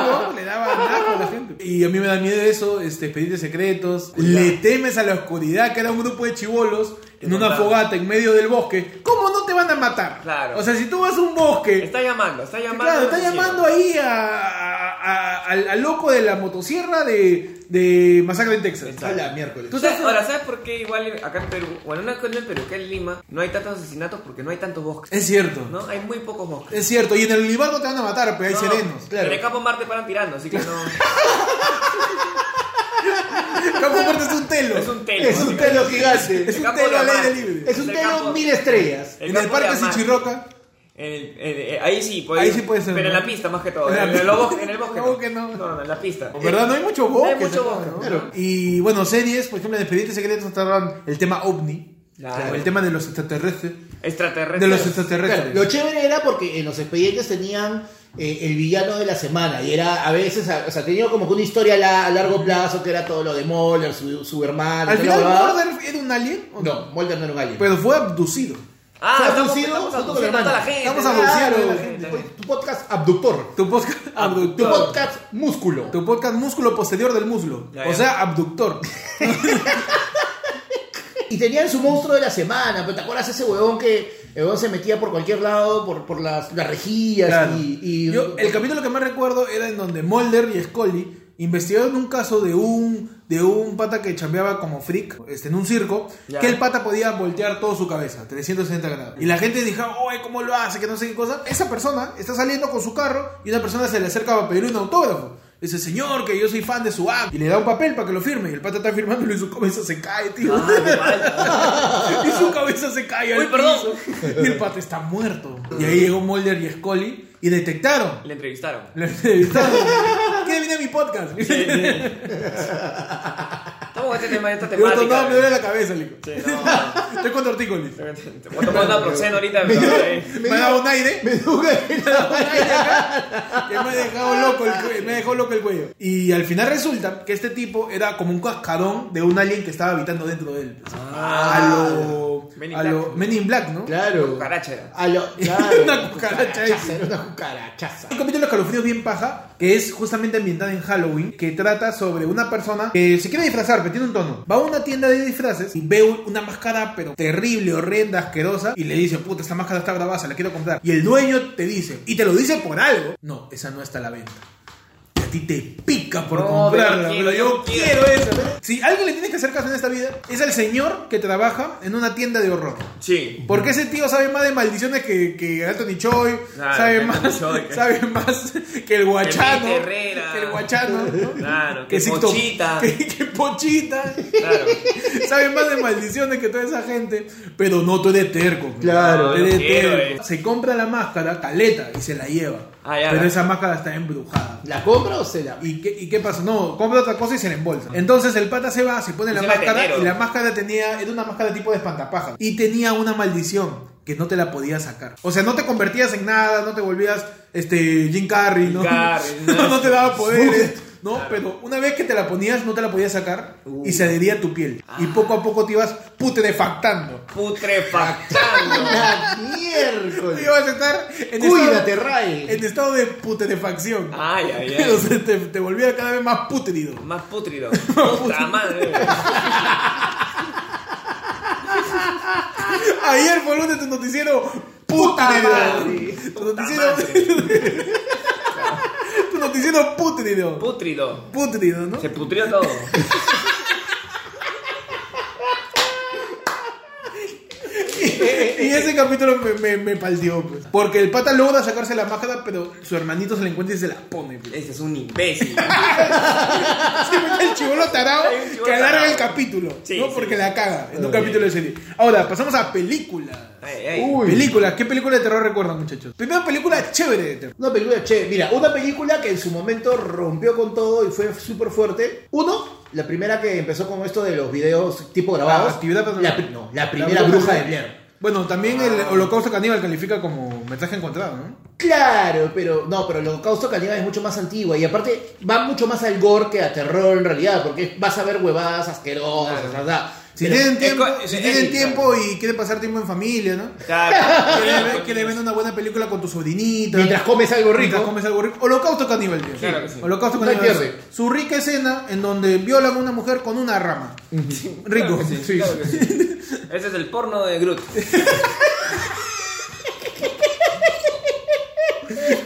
[SPEAKER 1] no, le daba nada a la gente. Y a mí me da miedo eso, este, expedientes secretos. Le temes a la oscuridad, que era un grupo de chivolos en una
[SPEAKER 2] Encontrado.
[SPEAKER 1] fogata en medio del bosque, ¿cómo no te van a matar?
[SPEAKER 2] Claro.
[SPEAKER 1] O sea, si tú vas a un bosque,
[SPEAKER 2] Está llamando, está llamando.
[SPEAKER 1] claro,
[SPEAKER 2] al
[SPEAKER 1] está
[SPEAKER 2] asesino.
[SPEAKER 1] llamando ahí a- a- a- al, al loco de la motosierra de, de Masacre en Texas.
[SPEAKER 2] Exacto.
[SPEAKER 3] A la miércoles.
[SPEAKER 1] Tú
[SPEAKER 2] ¿Sabes-
[SPEAKER 1] estás-
[SPEAKER 2] Ahora, ¿sabes por qué igual acá en Perú? Bueno, no es que en Perú, que en Lima no hay tantos asesinatos porque no hay tantos bosques.
[SPEAKER 1] Es cierto,
[SPEAKER 2] ¿No? Hay muy pocos bosques.
[SPEAKER 1] es cierto. Y en el olivar no te van a matar, pero hay
[SPEAKER 2] No,
[SPEAKER 1] serenos.
[SPEAKER 2] Pero en Capo Mar te paran tirando, así que no.
[SPEAKER 1] Campo Muerto es un telo.
[SPEAKER 2] Es un telo.
[SPEAKER 3] Es un telo gigante.
[SPEAKER 1] Es un
[SPEAKER 2] campo
[SPEAKER 1] telo al
[SPEAKER 2] de
[SPEAKER 1] aire
[SPEAKER 2] Amar.
[SPEAKER 1] libre.
[SPEAKER 3] Es un
[SPEAKER 2] el
[SPEAKER 3] telo
[SPEAKER 2] campo-
[SPEAKER 3] mil estrellas.
[SPEAKER 1] En el
[SPEAKER 2] campo de
[SPEAKER 1] parque
[SPEAKER 2] Amar.
[SPEAKER 1] Sichirroca.
[SPEAKER 2] En- en- en- eh, ahí sí, puede
[SPEAKER 1] Ahí
[SPEAKER 2] ir.
[SPEAKER 1] sí puede ser,
[SPEAKER 2] Pero
[SPEAKER 1] ¿no?
[SPEAKER 2] en la pista más que todo.
[SPEAKER 1] En
[SPEAKER 2] En,
[SPEAKER 1] la
[SPEAKER 2] el-
[SPEAKER 1] pista.
[SPEAKER 2] en los bosques- en el bosque.
[SPEAKER 1] No, que no.
[SPEAKER 2] No, no, en la pista.
[SPEAKER 1] ¿Verdad? No hay mucho
[SPEAKER 2] No
[SPEAKER 1] bosque.
[SPEAKER 2] hay mucho
[SPEAKER 1] acá,
[SPEAKER 2] bosque,
[SPEAKER 1] ¿no?
[SPEAKER 2] ¿no?
[SPEAKER 1] Claro. Y bueno, series, por ejemplo, en Expedientes Secretos trataban el tema ovni,
[SPEAKER 2] Claro.
[SPEAKER 1] o sea, el tema de los extraterrestres.
[SPEAKER 2] Extraterrestre.
[SPEAKER 1] De los
[SPEAKER 3] Claro,
[SPEAKER 1] extraterrestres.
[SPEAKER 3] lo chévere era porque en los expedientes tenían eh, el villano de la semana y era a veces, a- o sea, tenía como que una historia a, la- a largo plazo que era todo lo de Moller, su, su hermano.
[SPEAKER 1] Al
[SPEAKER 3] toda la
[SPEAKER 1] final,
[SPEAKER 3] huevada.
[SPEAKER 1] Mordor era un alien. ¿o
[SPEAKER 3] No, Mulder no era un alien.
[SPEAKER 1] Pero fue abducido.
[SPEAKER 2] Ah,
[SPEAKER 3] Fue
[SPEAKER 2] estamos-
[SPEAKER 3] abducido
[SPEAKER 2] estamos
[SPEAKER 3] junto con
[SPEAKER 2] abduciendo
[SPEAKER 3] la
[SPEAKER 2] a toda
[SPEAKER 3] hermana.
[SPEAKER 2] gente.
[SPEAKER 1] Estamos
[SPEAKER 2] Claro,
[SPEAKER 1] abduciendo a la
[SPEAKER 2] gente.
[SPEAKER 3] Tu podcast abductor.
[SPEAKER 1] Tu podcast
[SPEAKER 3] Tu
[SPEAKER 1] abductor.
[SPEAKER 3] podcast músculo.
[SPEAKER 1] Tu podcast músculo posterior del muslo.
[SPEAKER 2] Ya,
[SPEAKER 1] O
[SPEAKER 2] ya.
[SPEAKER 1] sea, abductor.
[SPEAKER 3] Y tenían su monstruo de la semana, pero ¿te acuerdas ese huevón que el huevón se metía por cualquier lado, por, por las, las rejillas
[SPEAKER 1] Claro.
[SPEAKER 3] y, y-
[SPEAKER 1] Yo, el capítulo que más recuerdo era en donde Mulder y Scully investigaron un caso de un de un pata que chambeaba como freak este, en un circo,
[SPEAKER 2] Ya.
[SPEAKER 1] que el pata podía voltear toda su cabeza, 360 grados. Y la gente dijo, oye, ¿cómo lo hace? Que no sé qué cosa. Esa persona está saliendo con su carro y una persona se le acerca para pedir un autógrafo. Le Dice, señor, que yo soy fan de su app. Y le da un papel para que lo firme. Y el pata está firmándolo y su cabeza se cae, tío. y su cabeza se cae. al
[SPEAKER 2] Uy, perdón.
[SPEAKER 1] piso. Y el pata está muerto. Y ahí llegó Mulder y Scully y detectaron
[SPEAKER 2] Le entrevistaron.
[SPEAKER 1] lo entrevistaron. ¿Qué viene a mi podcast?
[SPEAKER 2] Estamos con este tema, esta
[SPEAKER 1] Yo tomaba, me
[SPEAKER 2] temática.
[SPEAKER 1] duele la cabeza, le digo. Estoy con tortícolis.
[SPEAKER 2] Voy a tomar una proxeno ahorita, pero. eh,
[SPEAKER 1] Me ha dado un aire.
[SPEAKER 3] Me dio
[SPEAKER 1] un aire acá, que me ha dejado loco el cuello. Me dejó loco el cuello. Y al final resulta que este tipo era como un cascarón de un alien que estaba habitando dentro de él. a lo.
[SPEAKER 2] Ah. Men in
[SPEAKER 1] a lo.
[SPEAKER 2] Black.
[SPEAKER 1] Men in Black, ¿no?
[SPEAKER 3] Claro.
[SPEAKER 2] Cucaracha era.
[SPEAKER 3] A lo- claro,
[SPEAKER 1] Una cucaracha
[SPEAKER 3] cucarachaza,
[SPEAKER 1] esa.
[SPEAKER 3] Era una cucarachaza.
[SPEAKER 1] Un capítulo de escalofríos bien paja, que es justamente ambientado en Halloween, que trata sobre una persona que se quiere disfrazar, pero tiene un tono. Va a una tienda de disfraces y ve un- una máscara, pero terrible, horrenda, asquerosa, y le dice, puta, esta máscara está grabada, se la quiero comprar. Y el dueño te dice, y te lo dice por algo, no, esa no está a la venta. Y a ti te pica por
[SPEAKER 2] No,
[SPEAKER 1] comprarla,
[SPEAKER 2] pero
[SPEAKER 1] pero yo
[SPEAKER 2] quiero,
[SPEAKER 1] quiero esa. Si alguien le tiene que hacer caso en esta vida, es el señor que trabaja en una tienda de horror.
[SPEAKER 2] Sí.
[SPEAKER 1] Porque ese tío sabe más de maldiciones que, que Anthony Choi,
[SPEAKER 2] Claro,
[SPEAKER 1] sabe,
[SPEAKER 2] que
[SPEAKER 1] más,
[SPEAKER 2] Anthony Choi, que-
[SPEAKER 1] sabe más que el guachano.
[SPEAKER 2] Pete Herrera.
[SPEAKER 1] Que el guachano. ¿no?
[SPEAKER 2] Claro, que
[SPEAKER 1] Sixto-
[SPEAKER 2] Pochita.
[SPEAKER 1] Que, que Pochita.
[SPEAKER 2] Claro.
[SPEAKER 1] sabe más de maldiciones que toda esa gente. Pero no, tú eres terco. güey.
[SPEAKER 3] Claro.
[SPEAKER 1] Tú eres
[SPEAKER 2] No quiero,
[SPEAKER 1] terco.
[SPEAKER 2] eh.
[SPEAKER 1] Se compra la máscara, caleta, y se la lleva.
[SPEAKER 2] Ah, ya,
[SPEAKER 1] pero
[SPEAKER 2] ya.
[SPEAKER 1] esa máscara está embrujada.
[SPEAKER 3] ¿La compra o se la.?
[SPEAKER 1] ¿Y qué, ¿Y qué pasa? No, compra otra cosa y se la embolsa. Entonces el pata se va, se pone
[SPEAKER 2] Y
[SPEAKER 1] la
[SPEAKER 2] se la
[SPEAKER 1] máscara
[SPEAKER 2] tenero.
[SPEAKER 1] y la máscara tenía, era una máscara tipo de espantapaja. Y tenía una maldición que no te la podías sacar. O sea, no te convertías en nada, no te volvías este, Jim Carrey, ¿no?
[SPEAKER 2] Jim Carrey,
[SPEAKER 1] no,
[SPEAKER 2] no.
[SPEAKER 1] no te daba poderes. No, pero una vez que te la ponías, no te la podías sacar y se adhería a tu piel. Y poco a poco te ibas putrefactando.
[SPEAKER 2] Putrefactando.
[SPEAKER 3] ¡La
[SPEAKER 1] Te
[SPEAKER 3] miércoles!
[SPEAKER 1] ibas a estar en
[SPEAKER 3] Cuídate,
[SPEAKER 1] estado,
[SPEAKER 3] Ray.
[SPEAKER 1] en estado de putrefacción.
[SPEAKER 2] Ay, ay,
[SPEAKER 1] O
[SPEAKER 2] ay.
[SPEAKER 1] sea, te, te volvía cada vez más putrido.
[SPEAKER 2] Más putrido. Puta madre.
[SPEAKER 1] Ayer fue el lunes tu noticiero pútrido. Tu noticiero, tu noticiero pútrido.
[SPEAKER 2] Putrido.
[SPEAKER 1] Pútrido, ¿no?
[SPEAKER 2] Se putrió todo.
[SPEAKER 1] Y ese capítulo me, me, me paldió, pues. Porque el pata logra sacarse la máscara, pero su hermanito se la encuentra y se la pone, pues.
[SPEAKER 2] Ese es un imbécil.
[SPEAKER 1] Se mete el chivolo tarado
[SPEAKER 2] Hay un chibolo
[SPEAKER 1] que alarga
[SPEAKER 2] tarado.
[SPEAKER 1] el capítulo,
[SPEAKER 2] Sí,
[SPEAKER 1] ¿no?
[SPEAKER 2] sí.
[SPEAKER 1] Porque la caga en un capítulo de serie. Ahora, pasamos a películas.
[SPEAKER 2] Ay, ay.
[SPEAKER 1] Uy. Películas, ¿qué película de terror recuerdan, muchachos? Primera película chévere de terror.
[SPEAKER 3] Una película che, mira, una película que en su momento rompió con todo y fue súper fuerte. Uno, la primera que empezó con esto de los videos tipo grabados.
[SPEAKER 1] Ah, actividad
[SPEAKER 3] la,
[SPEAKER 1] paranormal.
[SPEAKER 3] pri- no, la primera bruja de Blair.
[SPEAKER 1] Bueno, también el Holocausto Caníbal califica como metraje encontrado, ¿no?
[SPEAKER 3] Claro, pero no, pero el holocausto caníbal es mucho más antigua y aparte va mucho más al gore que a terror en realidad, porque vas a ver huevadas asquerosas, ¿verdad?
[SPEAKER 1] Si
[SPEAKER 3] Pero-
[SPEAKER 1] tienen tiempo,
[SPEAKER 2] co-
[SPEAKER 1] si
[SPEAKER 2] es-
[SPEAKER 1] tienen
[SPEAKER 2] es-
[SPEAKER 1] tiempo y quieren pasar tiempo en familia, ¿no?
[SPEAKER 2] Claro.
[SPEAKER 1] Que le, ve- que le ven una buena película con tu sobrinita.
[SPEAKER 3] mientras comes algo
[SPEAKER 1] Mientras
[SPEAKER 3] rico,
[SPEAKER 1] comes algo rico. Holocausto caníbal, tío.
[SPEAKER 2] Claro que sí.
[SPEAKER 1] Holocausto
[SPEAKER 3] No
[SPEAKER 1] caníbal.
[SPEAKER 3] pierde.
[SPEAKER 1] Su rica escena en donde violan a una mujer con una rama. Rico.
[SPEAKER 2] Claro que sí,
[SPEAKER 1] Sí.
[SPEAKER 2] claro que sí. Ese es el porno de Groot.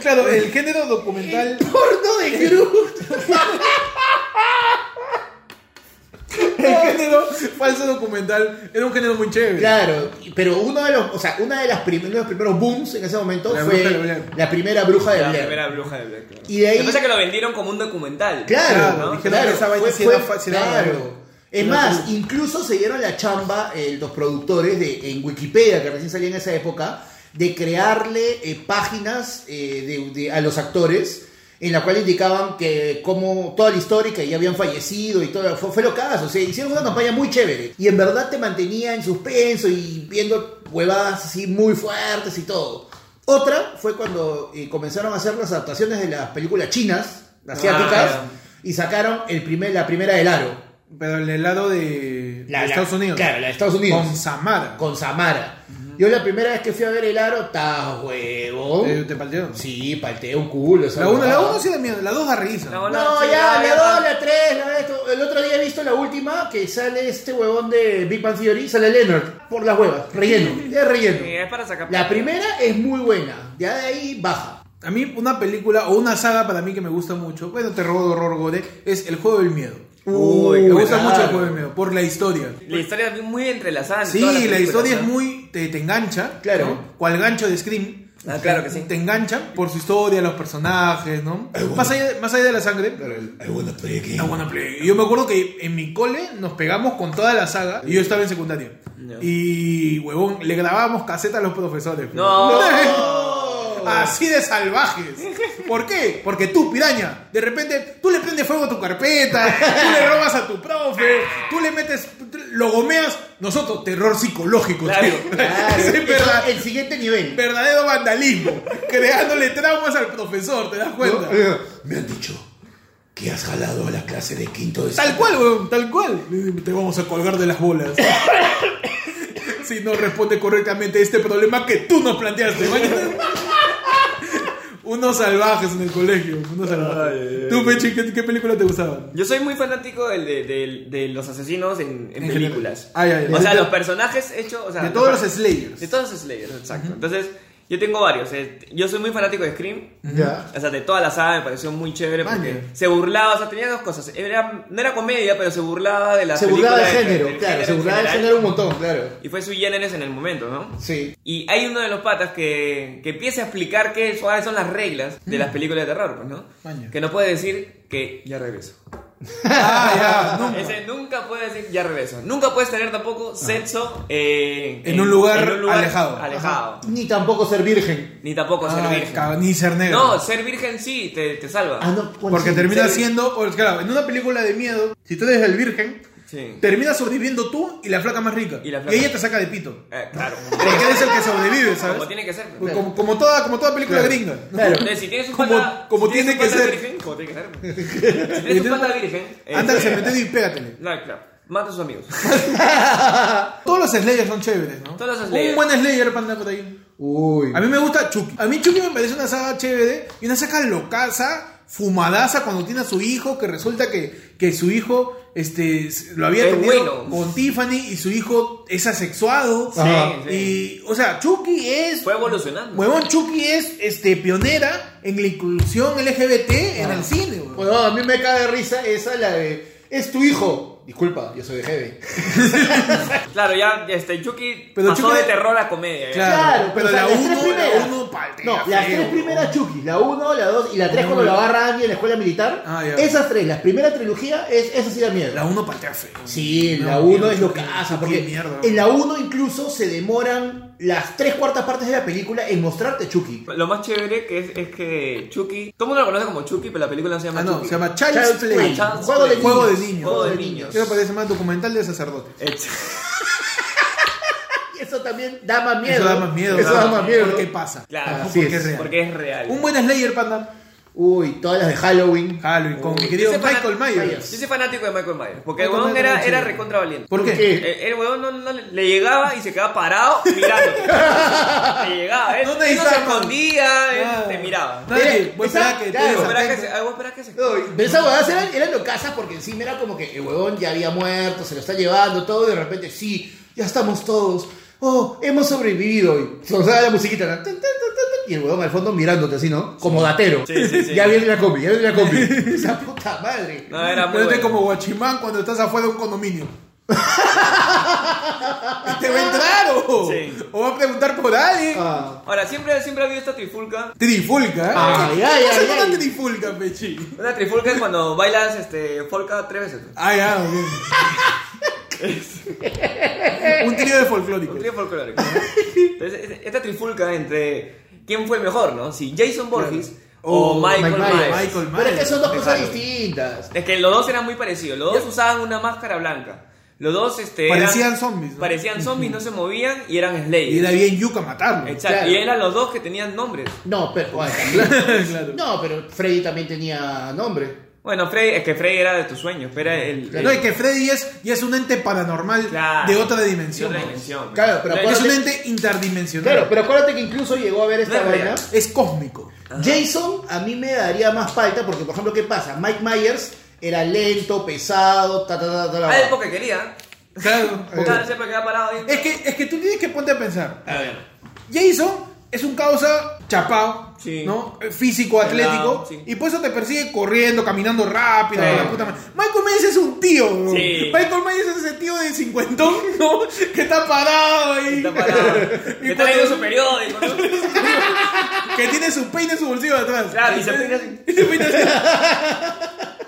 [SPEAKER 1] Claro, el género documental.
[SPEAKER 3] Porno de Groot.
[SPEAKER 1] El género falso documental era un género muy chévere.
[SPEAKER 3] Claro, pero uno de los, o sea, una de las prim- uno de los primeros booms en ese momento
[SPEAKER 1] La
[SPEAKER 3] fue
[SPEAKER 1] bruja de Blair.
[SPEAKER 3] la primera bruja de
[SPEAKER 2] La
[SPEAKER 3] Blair.
[SPEAKER 2] primera bruja de Black.
[SPEAKER 3] Y de ahí-
[SPEAKER 2] Lo que pasa es que lo vendieron como un documental.
[SPEAKER 3] Claro,
[SPEAKER 1] Claro,
[SPEAKER 3] claro,
[SPEAKER 1] dijeron que esa vaina
[SPEAKER 3] fue-
[SPEAKER 1] sí era
[SPEAKER 3] fue-
[SPEAKER 1] fa- sí era
[SPEAKER 3] claro.
[SPEAKER 1] real.
[SPEAKER 3] Es
[SPEAKER 1] Era
[SPEAKER 3] más,
[SPEAKER 1] real.
[SPEAKER 3] incluso se dieron la chamba eh, los productores de en Wikipedia, que recién salía en esa época, de crearle eh, páginas eh, de- de- a los actores en la cual indicaban que como toda la historia que ya habían fallecido y todo fue, fue lo caso, o sea, hicieron una campaña muy chévere y en verdad te mantenía en suspenso y viendo huevadas así muy fuertes y todo. Otra fue cuando eh, comenzaron a hacer las adaptaciones de las películas chinas, asiáticas,
[SPEAKER 2] Ah,
[SPEAKER 3] y sacaron el primer, la primera del aro.
[SPEAKER 1] Pero el helado de,
[SPEAKER 3] La-
[SPEAKER 1] de
[SPEAKER 3] la-
[SPEAKER 1] Estados Unidos.
[SPEAKER 3] Claro, la de Estados Unidos.
[SPEAKER 1] Con Samara.
[SPEAKER 3] Con Samara. Yo la primera vez que fui a ver el aro, ta huevo.
[SPEAKER 1] Eh, ¿Te paltearon?
[SPEAKER 3] Sí, palteé un culo. esa
[SPEAKER 1] La 1 la
[SPEAKER 3] huevada.
[SPEAKER 1] uno sí da miedo, la 2 da risa.
[SPEAKER 2] La uno-
[SPEAKER 3] No,
[SPEAKER 2] Sí,
[SPEAKER 3] ya,
[SPEAKER 2] ya,
[SPEAKER 3] la
[SPEAKER 2] ya,
[SPEAKER 3] 2,
[SPEAKER 2] ya.
[SPEAKER 3] la 3, la esto. El otro día he visto la última que sale este huevón de Big Bang Theory, sale Leonard, por las huevas, relleno, es
[SPEAKER 2] Sí,
[SPEAKER 3] relleno.
[SPEAKER 2] es para sacar.
[SPEAKER 3] La primera es muy buena, ya de ahí baja.
[SPEAKER 1] A mí una película o una saga para mí que me gusta mucho, bueno, terror, horror, gore, es El Juego del Miedo.
[SPEAKER 3] Uy,
[SPEAKER 1] me
[SPEAKER 3] qué
[SPEAKER 1] gusta
[SPEAKER 3] buena.
[SPEAKER 1] mucho El Juego del Miedo, por la historia.
[SPEAKER 2] La historia es muy entrelazada. en
[SPEAKER 1] Sí,
[SPEAKER 2] todas
[SPEAKER 1] la,
[SPEAKER 2] las películas,
[SPEAKER 1] historia es
[SPEAKER 2] ¿no?
[SPEAKER 1] muy... Te, te engancha.
[SPEAKER 3] Claro.
[SPEAKER 1] ¿no? Cual gancho de Scream.
[SPEAKER 2] Ah, claro que sí.
[SPEAKER 1] Te engancha por su historia, los personajes, ¿no? Más allá, más allá de la sangre. I wanna play. Yo me acuerdo que en mi cole nos pegamos con toda la saga y yo estaba en secundaria.
[SPEAKER 2] Ya.
[SPEAKER 1] Y, huevón, le grabábamos caseta a los profesores.
[SPEAKER 2] No.
[SPEAKER 1] Así de salvajes. ¿Por qué? Porque tú, piraña, de repente tú le prendes fuego a tu carpeta, tú le robas a tu profe, tú le metes, lo gomeas. Nosotros, terror psicológico,
[SPEAKER 2] Claro.
[SPEAKER 1] tío.
[SPEAKER 3] Claro,
[SPEAKER 1] Sí,
[SPEAKER 3] eso
[SPEAKER 1] verdad-
[SPEAKER 3] es el siguiente nivel.
[SPEAKER 1] verdadero vandalismo, creándole traumas al profesor, ¿te das cuenta?
[SPEAKER 3] Eh, Me han dicho que has jalado a la clase de quinto de
[SPEAKER 1] Tal cual, weón, tal cual. Te vamos a colgar de las bolas. si no responde correctamente este problema que tú nos planteaste. Imagínate. unos salvajes en el colegio. Unos salvajes. ¿Tú, Pechi, qué, qué película te gustaba?
[SPEAKER 2] Yo soy muy fanático del- de, del- de los asesinos en, en
[SPEAKER 1] En
[SPEAKER 2] películas.
[SPEAKER 1] general. Ah, ya, ya.
[SPEAKER 2] O sea,
[SPEAKER 1] De-
[SPEAKER 2] los personajes hechos. O sea,
[SPEAKER 1] De todos los
[SPEAKER 2] per-
[SPEAKER 1] Slayers.
[SPEAKER 2] De todos los Slayers, exacto. Entonces, yo tengo varios. eh, Yo soy muy fanático de Scream.
[SPEAKER 3] Ya.
[SPEAKER 2] O sea, de toda la saga me pareció muy chévere porque
[SPEAKER 1] Manja.
[SPEAKER 2] se burlaba, o sea, tenía dos cosas. Era, no era comedia, pero se burlaba de la
[SPEAKER 3] Se burlaba de género, claro, se burlaba de género un montón, claro.
[SPEAKER 2] Y fue su generis en el momento, ¿no?
[SPEAKER 3] Sí.
[SPEAKER 2] Y hay uno de los patas que, que empieza a explicar qué cuáles son las reglas de las películas de terror, pues, ¿no?
[SPEAKER 1] Maña.
[SPEAKER 2] Que no puede decir que ya regreso.
[SPEAKER 1] Ah, ya, nunca. Ah.
[SPEAKER 2] Ese nunca puede decir ya regreso. Nunca puedes tener tampoco sexo eh,
[SPEAKER 1] En un lugar alejado.
[SPEAKER 2] alejado.
[SPEAKER 3] Ni tampoco ser virgen.
[SPEAKER 2] Ni tampoco ser
[SPEAKER 1] Ah,
[SPEAKER 2] virgen.
[SPEAKER 1] ca- Ni ser negro.
[SPEAKER 2] No, ser virgen sí te, te salva.
[SPEAKER 3] Ah, no, ¿cuál
[SPEAKER 1] Porque
[SPEAKER 3] es?
[SPEAKER 1] termina
[SPEAKER 2] Sí.
[SPEAKER 1] siendo, o, claro, en una película de miedo, si tú eres el virgen,
[SPEAKER 2] Sí.
[SPEAKER 1] terminas sobreviviendo tú y la flaca más rica.
[SPEAKER 2] Y la flaca-
[SPEAKER 1] ella te saca de pito.
[SPEAKER 2] Eh, claro.
[SPEAKER 1] Porque eres el que sobrevive, ¿sabes?
[SPEAKER 2] Como tiene que ser.
[SPEAKER 1] Pues Como, como toda, como toda película
[SPEAKER 3] Claro.
[SPEAKER 1] gringa.
[SPEAKER 3] Claro.
[SPEAKER 2] Entonces, si tienes un
[SPEAKER 1] Como-
[SPEAKER 2] pata,
[SPEAKER 1] como
[SPEAKER 2] si tienes
[SPEAKER 1] tiene
[SPEAKER 2] un
[SPEAKER 1] que
[SPEAKER 2] pata
[SPEAKER 1] ser.
[SPEAKER 2] virgen, como tiene que ser. Si tienes un pata virgen, eh,
[SPEAKER 1] Anda al cementerio y pégatele.
[SPEAKER 2] no, claro, mata a sus amigos.
[SPEAKER 1] Todos los Slayers son chéveres, ¿no?
[SPEAKER 2] Todos los Slayers.
[SPEAKER 1] Un buen Slayer para andar por ahí.
[SPEAKER 3] Uy.
[SPEAKER 1] A mí me gusta Chucky. A mí Chucky me parece una saga chévere y una saga locaza, fumadaza cuando tiene a su hijo, que resulta que, que su hijo este, s- lo había
[SPEAKER 2] Es
[SPEAKER 1] tenido
[SPEAKER 2] bueno.
[SPEAKER 1] con Tiffany y su hijo es asexuado.
[SPEAKER 2] Sí,
[SPEAKER 1] Ajá. Y,
[SPEAKER 2] sí.
[SPEAKER 1] o sea, Chucky es...
[SPEAKER 2] Fue evolucionando.
[SPEAKER 1] Huevón, Chucky es este, pionera en la inclusión LGBT
[SPEAKER 2] Ah.
[SPEAKER 1] en el cine, huevón.
[SPEAKER 3] Bueno, a mí me cae de risa esa la de. Es tu hijo. Disculpa, yo soy de Heavy.
[SPEAKER 2] Claro, ya este, Chucky
[SPEAKER 1] Pero
[SPEAKER 2] pasó
[SPEAKER 1] Chucky-
[SPEAKER 2] de terror a comedia. ya.
[SPEAKER 1] Claro, pero
[SPEAKER 3] o sea,
[SPEAKER 1] la
[SPEAKER 3] las tres
[SPEAKER 1] uno- la
[SPEAKER 3] primeras-
[SPEAKER 1] uno paltea
[SPEAKER 3] No, las
[SPEAKER 1] feo,
[SPEAKER 3] tres primeras Chucky, la 1, la 2 y la 3 cuando la agarra Andy en la escuela militar.
[SPEAKER 1] Ah, ya.
[SPEAKER 3] Esas tres, la primera trilogía, es, esa sí da miedo.
[SPEAKER 1] La 1 patea feo.
[SPEAKER 3] Sí, la
[SPEAKER 1] No,
[SPEAKER 3] 1
[SPEAKER 1] mierda,
[SPEAKER 3] es lo
[SPEAKER 1] qué-
[SPEAKER 3] que hace,
[SPEAKER 1] qué
[SPEAKER 3] porque
[SPEAKER 1] mierda.
[SPEAKER 3] en la 1 incluso se demoran las tres cuartas partes de la película en mostrarte Chucky.
[SPEAKER 2] Lo más chévere que es, es que Chucky, todo el mundo lo conoce como Chucky, pero la película no se llama
[SPEAKER 1] Ah, no,
[SPEAKER 2] Chucky.
[SPEAKER 1] se llama Child's
[SPEAKER 3] Child's
[SPEAKER 1] Play.
[SPEAKER 3] Play.
[SPEAKER 2] Child's
[SPEAKER 3] Juego de
[SPEAKER 2] Play.
[SPEAKER 1] Juego de niños.
[SPEAKER 2] Juego de niños.
[SPEAKER 1] Creo que parece más documental de sacerdotes.
[SPEAKER 2] Ex-
[SPEAKER 3] Y eso también da más miedo.
[SPEAKER 1] Eso da más miedo.
[SPEAKER 3] Eso
[SPEAKER 1] ¿no?
[SPEAKER 3] da más miedo.
[SPEAKER 1] Porque pasa.
[SPEAKER 2] Claro,
[SPEAKER 1] Ojo,
[SPEAKER 3] Así
[SPEAKER 1] porque
[SPEAKER 3] es.
[SPEAKER 1] es real.
[SPEAKER 2] porque es real.
[SPEAKER 1] Un buen Slayer, panda.
[SPEAKER 3] Uy, todas las de Halloween.
[SPEAKER 1] Halloween, con mi querido
[SPEAKER 2] Yo soy fan-
[SPEAKER 1] Michael Myers.
[SPEAKER 2] Yo soy fanático de Michael Myers, porque el
[SPEAKER 1] Michael
[SPEAKER 2] huevón
[SPEAKER 1] Myers
[SPEAKER 2] era,
[SPEAKER 1] era
[SPEAKER 2] era
[SPEAKER 1] chévere.
[SPEAKER 2] recontra valiente.
[SPEAKER 1] ¿Por
[SPEAKER 3] ¿Por
[SPEAKER 1] qué?
[SPEAKER 3] qué?
[SPEAKER 2] El, el huevón no, no le, le llegaba y se quedaba parado mirando. le llegaba, él
[SPEAKER 1] No
[SPEAKER 2] él no, se
[SPEAKER 1] necesitaba.
[SPEAKER 2] escondía, él
[SPEAKER 1] Claro.
[SPEAKER 2] te miraba.
[SPEAKER 1] Nadie,
[SPEAKER 3] Era-
[SPEAKER 1] voy a
[SPEAKER 3] esa-
[SPEAKER 1] esperar que te
[SPEAKER 3] claro.
[SPEAKER 2] Vos esperás que
[SPEAKER 1] desatentes.
[SPEAKER 2] se- ah, vos esperás que se-
[SPEAKER 3] No, y esas huevadas eran, eran locasas porque encima era como que el huevón ya había muerto, se lo está llevando todo y de repente sí, ya estamos todos, oh, hemos sobrevivido. Y se nos da la musiquita, ¿no? Tan, tan, tan, tan, tan. y el huevón al fondo mirándote así, ¿no? Como datero.
[SPEAKER 7] Sí, sí, sí.
[SPEAKER 3] ya viene la combi, ya viene la combi. Esa puta madre.
[SPEAKER 2] No, era muy
[SPEAKER 1] Ponte
[SPEAKER 2] bueno.
[SPEAKER 1] como guachimán cuando estás afuera de un condominio. ¡Te va a entrar o,
[SPEAKER 7] Sí.
[SPEAKER 1] o va a preguntar por alguien! ¿eh?
[SPEAKER 3] Ah,
[SPEAKER 2] Ahora, siempre, siempre ha habido esta trifulca.
[SPEAKER 1] Trifulca.
[SPEAKER 3] Ay,
[SPEAKER 1] ¿Cómo
[SPEAKER 3] ay,
[SPEAKER 1] se
[SPEAKER 3] ay,
[SPEAKER 1] llama
[SPEAKER 3] ay.
[SPEAKER 1] trifulca, pechi?
[SPEAKER 2] Una trifulca es cuando bailas este, folca tres veces.
[SPEAKER 1] Ay, ah, ok. Un trío de folclórico.
[SPEAKER 2] Un trío folclórico. ¿no? Entonces, es- esta trifulca entre quién fue el mejor, ¿no? Si Jason Borges o, Michael,
[SPEAKER 3] Mike Myers.
[SPEAKER 2] Myers.
[SPEAKER 1] Michael
[SPEAKER 3] Pero es que son dos
[SPEAKER 2] de
[SPEAKER 3] cosas
[SPEAKER 2] Halloween.
[SPEAKER 3] distintas.
[SPEAKER 2] Es que los dos eran muy parecidos. Los dos usaban una máscara blanca. Los dos este, eran-
[SPEAKER 1] Parecían zombies, ¿no?
[SPEAKER 2] Parecían zombies, no se movían y eran
[SPEAKER 1] Y
[SPEAKER 2] Slayers.
[SPEAKER 1] era bien yuca matarlo.
[SPEAKER 2] Exacto.
[SPEAKER 3] Claro.
[SPEAKER 2] Y eran los dos que tenían nombres.
[SPEAKER 3] No, pero. ay, No, pero Freddy también tenía nombre.
[SPEAKER 2] Bueno, Frey, es que Frey era de tus sueños, pero era el.
[SPEAKER 1] No,
[SPEAKER 2] el-
[SPEAKER 1] y que Freddy es, ya es un ente paranormal
[SPEAKER 2] Claro.
[SPEAKER 1] de otra dimensión.
[SPEAKER 2] De otra
[SPEAKER 1] ¿no?
[SPEAKER 2] dimensión.
[SPEAKER 3] Claro, pero
[SPEAKER 2] Es
[SPEAKER 1] Es un
[SPEAKER 3] acuérdate,
[SPEAKER 1] ente interdimensional.
[SPEAKER 3] claro, pero acuérdate que incluso llegó a ver esta
[SPEAKER 2] No es
[SPEAKER 3] vaina.
[SPEAKER 2] real.
[SPEAKER 1] Es cósmico.
[SPEAKER 2] Ah.
[SPEAKER 3] Jason a mí me daría más falta porque, por ejemplo, ¿qué pasa? Mike Myers era lento, pesado, ta ta ta ta. la-
[SPEAKER 2] Ah, es porque quería.
[SPEAKER 1] Claro.
[SPEAKER 2] Claro, siempre quedaba parado ahí.
[SPEAKER 1] Es que, es que tú tienes que ponte a pensar. Jason es un causa chapao,
[SPEAKER 2] Sí.
[SPEAKER 1] ¿no? Eh, Físico, atlético.
[SPEAKER 2] Pelado, sí.
[SPEAKER 1] Y por eso te persigue corriendo, caminando rápido. la puta madre. Michael Myers es un tío, bro.
[SPEAKER 2] Sí.
[SPEAKER 1] Michael Myers es ese tío de cincuentón, ¿no? Que está parado ahí.
[SPEAKER 2] Está parado. Que está leyendo su periódico, ¿no?
[SPEAKER 1] Que tiene su peine en su bolsillo de atrás.
[SPEAKER 2] Claro, y se peina así.
[SPEAKER 1] Y se peina así.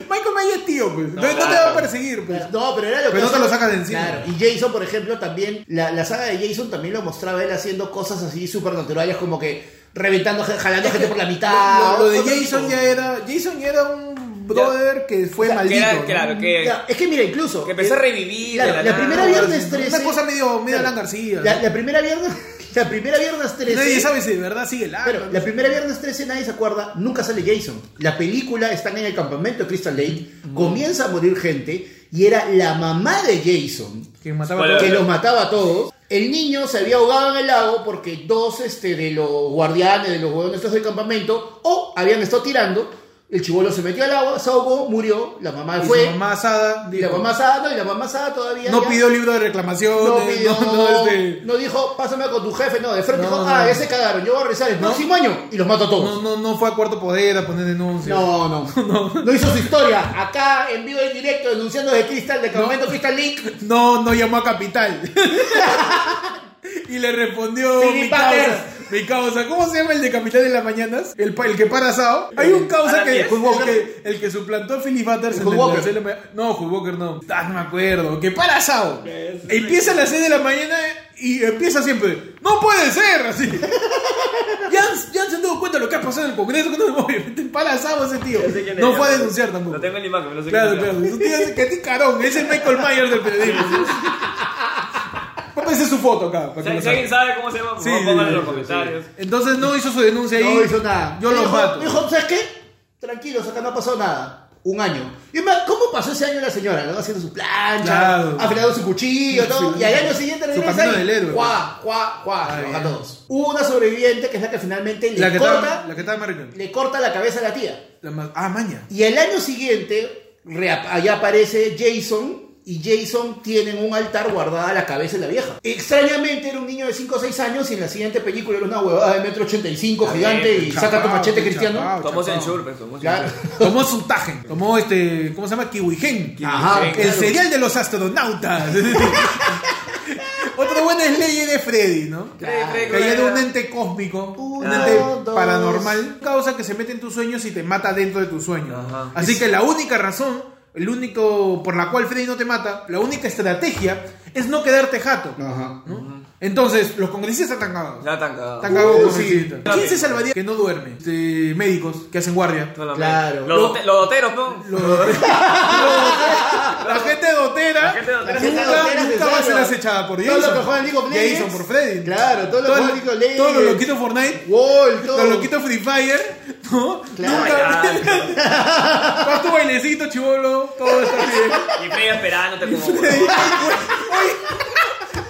[SPEAKER 1] Michael Myers es tío, pues. No, no te va a perseguir, pues.
[SPEAKER 3] No, pero era lo
[SPEAKER 1] Pero
[SPEAKER 3] que
[SPEAKER 1] no te
[SPEAKER 3] hacía-
[SPEAKER 1] lo sacas de encima.
[SPEAKER 3] Claro. Y Jason, por ejemplo, también. La, la saga de Jason también lo mostraba él haciendo cosas así supernaturales, como que reventando, je- jalando gente por la mitad.
[SPEAKER 1] lo, lo de
[SPEAKER 3] Otro
[SPEAKER 1] Jason
[SPEAKER 3] tipo.
[SPEAKER 1] ya era. Jason ya era un brother que fue
[SPEAKER 2] Que
[SPEAKER 1] maldito.
[SPEAKER 2] era-
[SPEAKER 1] ¿no?
[SPEAKER 2] claro, que,
[SPEAKER 3] Ya, es que mira, incluso.
[SPEAKER 2] que empezó a
[SPEAKER 3] eh,
[SPEAKER 2] revivir.
[SPEAKER 3] claro,
[SPEAKER 2] de la,
[SPEAKER 3] la
[SPEAKER 2] nada.
[SPEAKER 3] primera viernes
[SPEAKER 1] Una
[SPEAKER 3] 13.
[SPEAKER 1] cosa medio, medio
[SPEAKER 3] claro,
[SPEAKER 1] Alan García.
[SPEAKER 3] La,
[SPEAKER 1] ¿no?
[SPEAKER 3] la primera viernes. La primera viernes 13.
[SPEAKER 1] Nadie sabe si de verdad sigue el arco,
[SPEAKER 3] Pero
[SPEAKER 1] ¿no?
[SPEAKER 3] la primera viernes 13 nadie se acuerda, nunca sale Jason. La película están en el campamento de Crystal Lake,
[SPEAKER 1] Mm.
[SPEAKER 3] comienza a morir gente y era la mamá de Jason
[SPEAKER 1] Que mataba
[SPEAKER 2] Bueno,
[SPEAKER 1] a
[SPEAKER 3] que
[SPEAKER 1] todos.
[SPEAKER 3] los mataba a todos. El niño se había ahogado en el lago porque dos este, de los guardianes, de los huevones estos del campamento, o habían estado tirando. El chivolo se metió al agua, se ahogó, murió. La mamá
[SPEAKER 1] Y
[SPEAKER 3] fue.
[SPEAKER 1] su mamá asada.
[SPEAKER 3] y la
[SPEAKER 1] dijo,
[SPEAKER 3] mamá asada, no, y la mamá asada todavía.
[SPEAKER 1] no
[SPEAKER 3] ya-
[SPEAKER 1] pidió libro de reclamación.
[SPEAKER 3] no pidió,
[SPEAKER 1] No, no, este,
[SPEAKER 3] no dijo, pásame con tu jefe, no, de frente
[SPEAKER 1] No,
[SPEAKER 3] dijo,
[SPEAKER 1] no.
[SPEAKER 3] ah, ya se cagaron, yo voy a rezar el próximo año y los mato a todos.
[SPEAKER 1] no, no, no fue a cuarto poder a poner denuncias.
[SPEAKER 3] No, no, no. hizo su historia. Acá en vivo y en directo denunciando de Crystal, de campamento Crystal Link.
[SPEAKER 1] No, no llamó a Capital. y le respondió
[SPEAKER 3] Philip
[SPEAKER 1] mi causa,
[SPEAKER 3] Butters.
[SPEAKER 1] mi causa. ¿Cómo se llama el de Capital de las Mañanas? El, pa- el que para asado. Hay un causa
[SPEAKER 2] Alan
[SPEAKER 1] que,
[SPEAKER 2] Díaz.
[SPEAKER 1] el que el que suplantó a Philip Butters
[SPEAKER 3] El
[SPEAKER 1] en el
[SPEAKER 3] Hood Walker.
[SPEAKER 1] tercer de la ma- No, Hood Walker no. Ah, no me acuerdo. Que para asado. Empieza a las 6 de la mañana y empieza siempre. ¡No puede ser! Así. ya, ya se dado cuenta de lo que ha pasado en el Congreso. que No, obviamente, para asado ese tío.
[SPEAKER 2] Ya sé quién es,
[SPEAKER 1] No
[SPEAKER 2] ya
[SPEAKER 1] fue a
[SPEAKER 2] sé.
[SPEAKER 1] denunciar tampoco.
[SPEAKER 2] No tengo ni imagen, no sé
[SPEAKER 1] Claro,
[SPEAKER 2] quién era.
[SPEAKER 1] claro. Es un tío que es carón. Es el Michael Myers del periodismo. Pónganse su foto acá. Para que
[SPEAKER 2] Si,
[SPEAKER 1] lo
[SPEAKER 2] si alguien
[SPEAKER 1] saquen.
[SPEAKER 2] sabe cómo se llama, por
[SPEAKER 1] Sí,
[SPEAKER 2] favor, pónganlo en los
[SPEAKER 1] sí, sí,
[SPEAKER 2] comentarios.
[SPEAKER 1] sí. Entonces no hizo su denuncia ahí.
[SPEAKER 3] No hizo nada.
[SPEAKER 1] Yo lo
[SPEAKER 3] dijo,
[SPEAKER 1] mato.
[SPEAKER 3] Dijo, ¿sabes qué? Tranquilos, acá no ha pasado nada. Un año. Y más, ¿cómo pasó ese año la señora? no? Haciendo su plancha,
[SPEAKER 1] Claro.
[SPEAKER 3] afilando su cuchillo, todo.
[SPEAKER 1] Sí.
[SPEAKER 3] Y al año siguiente
[SPEAKER 1] Su
[SPEAKER 3] regresa
[SPEAKER 1] camino
[SPEAKER 3] y
[SPEAKER 1] del héroe. pues.
[SPEAKER 3] ¡Juá, juá, juá!
[SPEAKER 1] Ah,
[SPEAKER 3] Se baja
[SPEAKER 1] bien.
[SPEAKER 3] a todos. Hubo una sobreviviente que es la que finalmente le
[SPEAKER 1] La que,
[SPEAKER 3] corta,
[SPEAKER 1] estaba, la que estaba American.
[SPEAKER 3] le corta la cabeza a la tía.
[SPEAKER 1] La más- ah, maña.
[SPEAKER 3] Y el año siguiente, reap- allá aparece Jason. Y Jason tiene en un altar guardada la cabeza de la vieja. Extrañamente era un niño de 5 o 6 años y en la siguiente película era una huevada de metro 85 gigante y saca tu
[SPEAKER 1] Chapao,
[SPEAKER 3] machete
[SPEAKER 1] qué
[SPEAKER 3] cristiano.
[SPEAKER 1] chapao,
[SPEAKER 2] Tomó
[SPEAKER 1] chapao.
[SPEAKER 2] censura, pues, tomó
[SPEAKER 3] Claro.
[SPEAKER 2] censura.
[SPEAKER 1] Tomó su tajen. Tomó este. ¿Cómo se llama? Kiwigen.
[SPEAKER 3] Ajá,
[SPEAKER 1] el
[SPEAKER 3] claro.
[SPEAKER 1] cereal de los astronautas. Otra buena es ley de Freddy, ¿no?
[SPEAKER 2] Cree- cree
[SPEAKER 1] Que de
[SPEAKER 2] era-
[SPEAKER 1] un ente cósmico, un
[SPEAKER 3] Uno,
[SPEAKER 1] ente
[SPEAKER 3] dos.
[SPEAKER 1] paranormal, causa que se mete en tus sueños y te mata dentro de tus sueños.
[SPEAKER 2] Ajá.
[SPEAKER 1] Así que la única razón, el único por la cual Freddy no te mata, la única estrategia es no quedarte jato.
[SPEAKER 3] Ajá.
[SPEAKER 1] ¿no? Entonces, los congresistas están cagados.
[SPEAKER 2] Ya tan cagado.
[SPEAKER 1] Están cagados
[SPEAKER 3] Uh,
[SPEAKER 1] los
[SPEAKER 3] sí.
[SPEAKER 1] congresistas. ¿Quién se salvaría que no duerme? Este, médicos que hacen guardia.
[SPEAKER 2] No, la
[SPEAKER 3] Claro.
[SPEAKER 2] mierda. Los, dote- los doteros, ¿no?
[SPEAKER 1] La gente dotera,
[SPEAKER 2] La gente dotera.
[SPEAKER 1] nunca,
[SPEAKER 3] La gente dotera
[SPEAKER 1] nunca
[SPEAKER 3] se
[SPEAKER 1] va a ser
[SPEAKER 3] salva.
[SPEAKER 1] acechada por
[SPEAKER 3] Todo
[SPEAKER 1] Jason.
[SPEAKER 3] lo que juega en League of Legends.
[SPEAKER 1] Jason por Freddy.
[SPEAKER 3] Claro, todo lo que juega en League of Legends.
[SPEAKER 1] Todo lo loquito Fortnite.
[SPEAKER 3] Wall, todo.
[SPEAKER 1] Los loquitos Free Fire, ¿no?
[SPEAKER 3] Claro.
[SPEAKER 1] Nunca. Haz tu bailecito, chivolo. Todo está bien.
[SPEAKER 2] Y Freddy esperándote como.
[SPEAKER 1] Oye,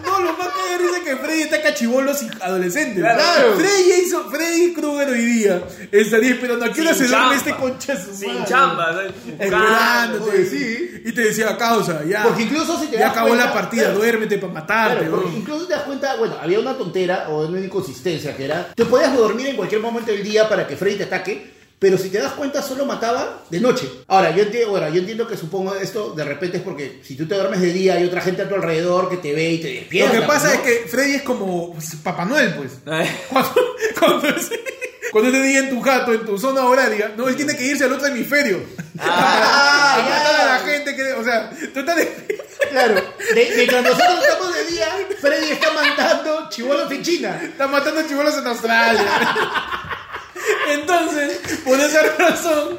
[SPEAKER 1] no, lo más que de risa es que Freddy ataca a chibolos y adolescentes.
[SPEAKER 2] Claro.
[SPEAKER 1] Freddy hizo Freddy Krueger hoy día. Estaría esperando a qué hora
[SPEAKER 2] Sin
[SPEAKER 1] se duerme
[SPEAKER 2] chamba.
[SPEAKER 1] este concha de su
[SPEAKER 2] Sin
[SPEAKER 1] madre?
[SPEAKER 2] chamba, ¿sabes?
[SPEAKER 1] Esperándote.
[SPEAKER 3] Oye, sí.
[SPEAKER 1] Y te decía, causa, ya.
[SPEAKER 3] Porque incluso si te
[SPEAKER 1] Ya
[SPEAKER 3] das
[SPEAKER 1] acabó
[SPEAKER 3] cuenta-
[SPEAKER 1] la partida,
[SPEAKER 3] Claro.
[SPEAKER 1] duérmete para matarte,
[SPEAKER 3] Claro, porque
[SPEAKER 1] weón.
[SPEAKER 3] incluso te das cuenta, bueno, había una tontera o una inconsistencia que era, te podías dormir en cualquier momento del día para que Freddy te ataque, pero si te das cuenta solo mataba de noche. Ahora, yo entiendo, bueno, yo entiendo que supongo esto de repente es porque si tú te duermes de día hay otra gente a tu alrededor que te ve y te
[SPEAKER 1] Lo
[SPEAKER 3] despierta.
[SPEAKER 1] que pasa
[SPEAKER 3] ¿no?
[SPEAKER 1] es que Freddy es como Papá Noel, pues.
[SPEAKER 2] Ay.
[SPEAKER 1] Cuando, cuando, cuando te diga en tu gato, en tu zona horaria, no, él tiene que irse al otro hemisferio.
[SPEAKER 3] Ah,
[SPEAKER 1] Para
[SPEAKER 3] ya.
[SPEAKER 1] matar a la gente que. O sea, tú estás de-
[SPEAKER 3] Claro, de- mientras nosotros estamos de día, Freddy está mandando chivolos en China.
[SPEAKER 1] estás matando chibolos en Australia. Entonces, por esa razón,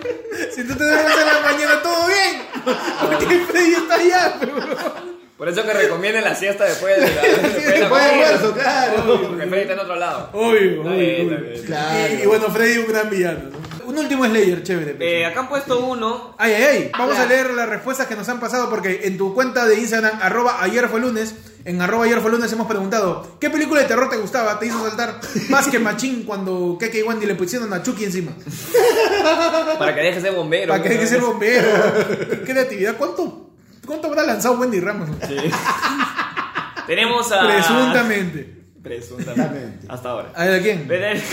[SPEAKER 1] si tú te duermes en la mañana, todo bien. Porque Freddy está allá, pero.
[SPEAKER 2] Por eso que recomienden la siesta después de la, después de la
[SPEAKER 3] Después de
[SPEAKER 2] comida.
[SPEAKER 3] almuerzo, claro.
[SPEAKER 2] Porque Freddy está en otro lado.
[SPEAKER 1] Obvio,
[SPEAKER 2] Está
[SPEAKER 1] obvio,
[SPEAKER 2] bien,
[SPEAKER 1] obvio.
[SPEAKER 2] está bien.
[SPEAKER 3] Claro.
[SPEAKER 1] Y, y bueno, Freddy es un gran villano. ¿no? Un último Slayer, chévere. pues.
[SPEAKER 2] Eh, acá han puesto uno.
[SPEAKER 1] Ay, ay, ay. Ah. Vamos
[SPEAKER 3] Claro.
[SPEAKER 1] a leer las respuestas que nos han pasado porque en tu cuenta de Instagram, arroba ayer fue lunes, en arroba ayer fue lunes hemos preguntado, ¿qué película de terror te gustaba? Te hizo saltar más que Machín cuando Keke y Wendy le pusieron a Chucky encima.
[SPEAKER 2] Para que deje de bombero.
[SPEAKER 1] ¿Para qué hay que
[SPEAKER 2] ¿no?
[SPEAKER 1] ser bombero? ¿Qué creatividad? ¿Cuánto, ¿Cuánto habrá lanzado Wendy Ramos?
[SPEAKER 2] Tenemos a.
[SPEAKER 1] Presuntamente.
[SPEAKER 2] Presuntamente. Hasta ahora.
[SPEAKER 1] ¿A ver, ¿a quién?
[SPEAKER 2] Ven-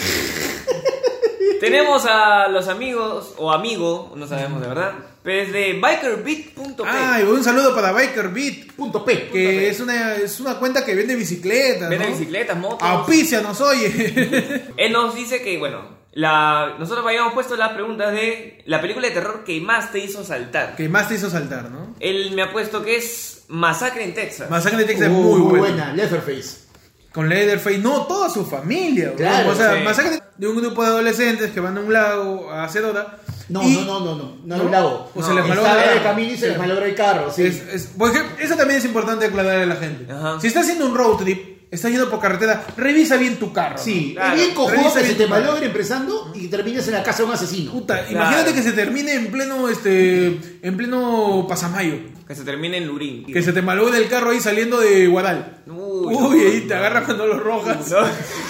[SPEAKER 2] Tenemos a los amigos, o amigo, no sabemos de verdad, desde bikerbeat.p.
[SPEAKER 1] Ay, un saludo para Biker Beat.
[SPEAKER 3] Punto P.
[SPEAKER 1] Que es una, es una cuenta que vende bicicletas.
[SPEAKER 2] Vende
[SPEAKER 1] ¿no? Ah,
[SPEAKER 2] bicicletas, motos.
[SPEAKER 1] Auspícianos, oye.
[SPEAKER 2] Él nos dice que, bueno, la, nosotros habíamos puesto las preguntas de la película de terror que más te hizo saltar.
[SPEAKER 1] que más te hizo saltar, ¿no?
[SPEAKER 2] Él me ha puesto que es Masacre en Texas.
[SPEAKER 1] Masacre de Texas
[SPEAKER 3] Uh,
[SPEAKER 1] es muy, buena.
[SPEAKER 3] Leatherface.
[SPEAKER 1] Con Leatherface, no, toda su familia. weón.
[SPEAKER 3] Claro,
[SPEAKER 1] o sea,
[SPEAKER 2] sí.
[SPEAKER 1] masacre de un grupo de adolescentes que van a un lago a hacer hora.
[SPEAKER 3] No,
[SPEAKER 1] y
[SPEAKER 3] no, no, no, no, no,
[SPEAKER 1] ¿No?
[SPEAKER 3] lo hago.
[SPEAKER 1] O
[SPEAKER 3] No,
[SPEAKER 1] se les malogró
[SPEAKER 3] estaba
[SPEAKER 1] el
[SPEAKER 3] en el
[SPEAKER 1] carro.
[SPEAKER 3] camino y se les malogró el carro, sí.
[SPEAKER 1] es- es- porque eso también es importante aclararle a la gente.
[SPEAKER 2] Ajá.
[SPEAKER 1] Si estás haciendo un road trip, estás yendo por carretera, revisa bien tu carro.
[SPEAKER 3] sí,
[SPEAKER 2] Claro.
[SPEAKER 3] es bien cojudo
[SPEAKER 1] Revisa
[SPEAKER 3] que se
[SPEAKER 1] bien
[SPEAKER 3] te
[SPEAKER 1] tu mano.
[SPEAKER 3] malogre empezando y termines en la casa de un asesino.
[SPEAKER 1] Puta,
[SPEAKER 2] Claro.
[SPEAKER 1] imagínate que se termine en pleno este en pleno pasamayo,
[SPEAKER 2] Que se termina en Lurín.
[SPEAKER 1] que se te malogre el carro ahí saliendo de Guadal.
[SPEAKER 2] Uy,
[SPEAKER 1] Uy, ahí te agarra cuando lo rojas.
[SPEAKER 2] no.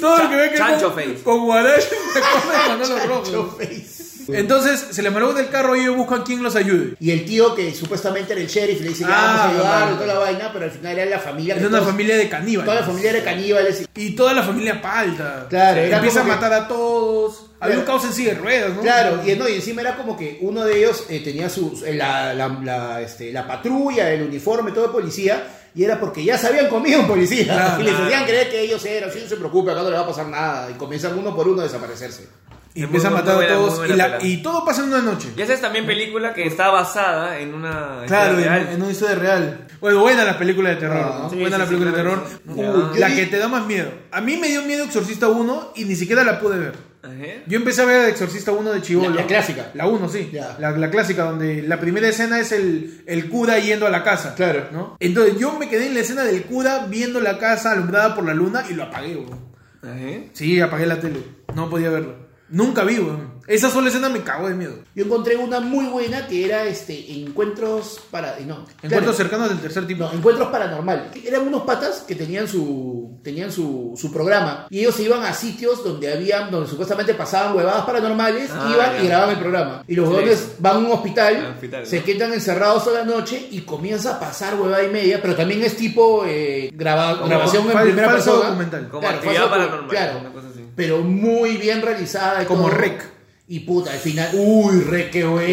[SPEAKER 1] Todo lo que ve que
[SPEAKER 2] Chancho
[SPEAKER 1] con,
[SPEAKER 2] face.
[SPEAKER 1] con Guadal te come cuando lo rojas.
[SPEAKER 3] Face.
[SPEAKER 1] Entonces se le malogró el carro y ellos buscan quien los ayude.
[SPEAKER 3] Y el tío que supuestamente era el sheriff le dice, ya
[SPEAKER 1] Ah,
[SPEAKER 3] vamos a ayudar
[SPEAKER 1] claro.
[SPEAKER 3] y toda la vaina, pero al final era la familia.
[SPEAKER 1] Es
[SPEAKER 3] que
[SPEAKER 1] una
[SPEAKER 3] todos-
[SPEAKER 1] familia de
[SPEAKER 3] Toda la
[SPEAKER 1] caníbales.
[SPEAKER 3] familia era caníbales. y-
[SPEAKER 1] Y toda la familia palta.
[SPEAKER 3] Claro,
[SPEAKER 1] Sí.
[SPEAKER 3] era
[SPEAKER 1] Empieza a
[SPEAKER 3] como que-
[SPEAKER 1] matar a todos. Había un
[SPEAKER 3] Claro.
[SPEAKER 1] caos en silla de ruedas, ¿no?
[SPEAKER 3] Claro, y, no, y encima era como que uno de ellos eh, tenía su, su- eh, la, la, la, este, la patrulla, el uniforme, todo de policía, y era porque ya sabían comido un policía.
[SPEAKER 1] Claro.
[SPEAKER 3] y les hacían creer que ellos eran, sí, no se preocupe, acá no le va a pasar nada. Y comienzan uno por uno a desaparecerse.
[SPEAKER 1] Y empieza a
[SPEAKER 2] Muy
[SPEAKER 1] matar a
[SPEAKER 2] buena, muy
[SPEAKER 1] todos.
[SPEAKER 2] buena
[SPEAKER 1] Y, la-
[SPEAKER 2] pelada.
[SPEAKER 1] y todo pasa en una noche.
[SPEAKER 2] Y esa es también película que está basada en una.
[SPEAKER 1] Claro,
[SPEAKER 2] historia
[SPEAKER 1] en,
[SPEAKER 2] real.
[SPEAKER 1] en una historia real. Bueno, buena la película de terror.
[SPEAKER 3] Ah,
[SPEAKER 1] ¿no?
[SPEAKER 2] sí,
[SPEAKER 1] buena
[SPEAKER 2] sí,
[SPEAKER 1] la
[SPEAKER 2] sí,
[SPEAKER 1] película de
[SPEAKER 2] claro,
[SPEAKER 1] terror.
[SPEAKER 2] sí.
[SPEAKER 1] Uh,
[SPEAKER 3] Uy,
[SPEAKER 1] la
[SPEAKER 3] yo
[SPEAKER 1] que
[SPEAKER 3] di-
[SPEAKER 1] te da más miedo. A mí me dio miedo Exorcista 1 y ni siquiera la pude ver.
[SPEAKER 2] Ajá.
[SPEAKER 1] Yo empecé a ver Exorcista 1 de Chivolo.
[SPEAKER 3] La- la clásica.
[SPEAKER 1] La 1, sí.
[SPEAKER 3] Ya.
[SPEAKER 1] La, la clásica, donde la primera escena es el, el cura yendo a la casa.
[SPEAKER 3] Claro.
[SPEAKER 1] ¿no? Entonces yo me quedé en la escena del cura viendo la casa alumbrada por la luna y lo apagué, weón.
[SPEAKER 2] Ajá.
[SPEAKER 1] Sí, apagué la tele. No podía verlo. Nunca vi, weón. Esa sola escena me cagó de miedo.
[SPEAKER 3] Yo encontré una muy buena que era este encuentros para y no,
[SPEAKER 1] Encuentros
[SPEAKER 3] claro,
[SPEAKER 1] cercanos del tercer tipo.
[SPEAKER 3] no, encuentros paranormales. Eran unos patas que tenían su tenían su, su programa y ellos se iban a sitios donde habían donde supuestamente pasaban huevadas paranormales,
[SPEAKER 2] Ah,
[SPEAKER 3] iban
[SPEAKER 2] ya.
[SPEAKER 3] y grababan el programa. Y los
[SPEAKER 2] Sí.
[SPEAKER 3] huevones van a un hospital,
[SPEAKER 2] Al hospital,
[SPEAKER 3] se
[SPEAKER 2] ¿no?
[SPEAKER 3] quedan encerrados toda la noche y comienza a pasar huevada y media, pero también es tipo eh, graba-
[SPEAKER 2] Como
[SPEAKER 3] grabación en
[SPEAKER 1] fal-
[SPEAKER 3] primera
[SPEAKER 1] falso
[SPEAKER 3] persona.
[SPEAKER 1] documental.
[SPEAKER 2] Como
[SPEAKER 3] Claro,
[SPEAKER 2] actividad
[SPEAKER 3] falso docu-
[SPEAKER 2] paranormal.
[SPEAKER 3] claro.
[SPEAKER 2] Una cosa así.
[SPEAKER 3] pero muy bien realizada. y
[SPEAKER 1] Como
[SPEAKER 3] todo.
[SPEAKER 1] Rec.
[SPEAKER 3] Y puta, al final. Uy, re que buena.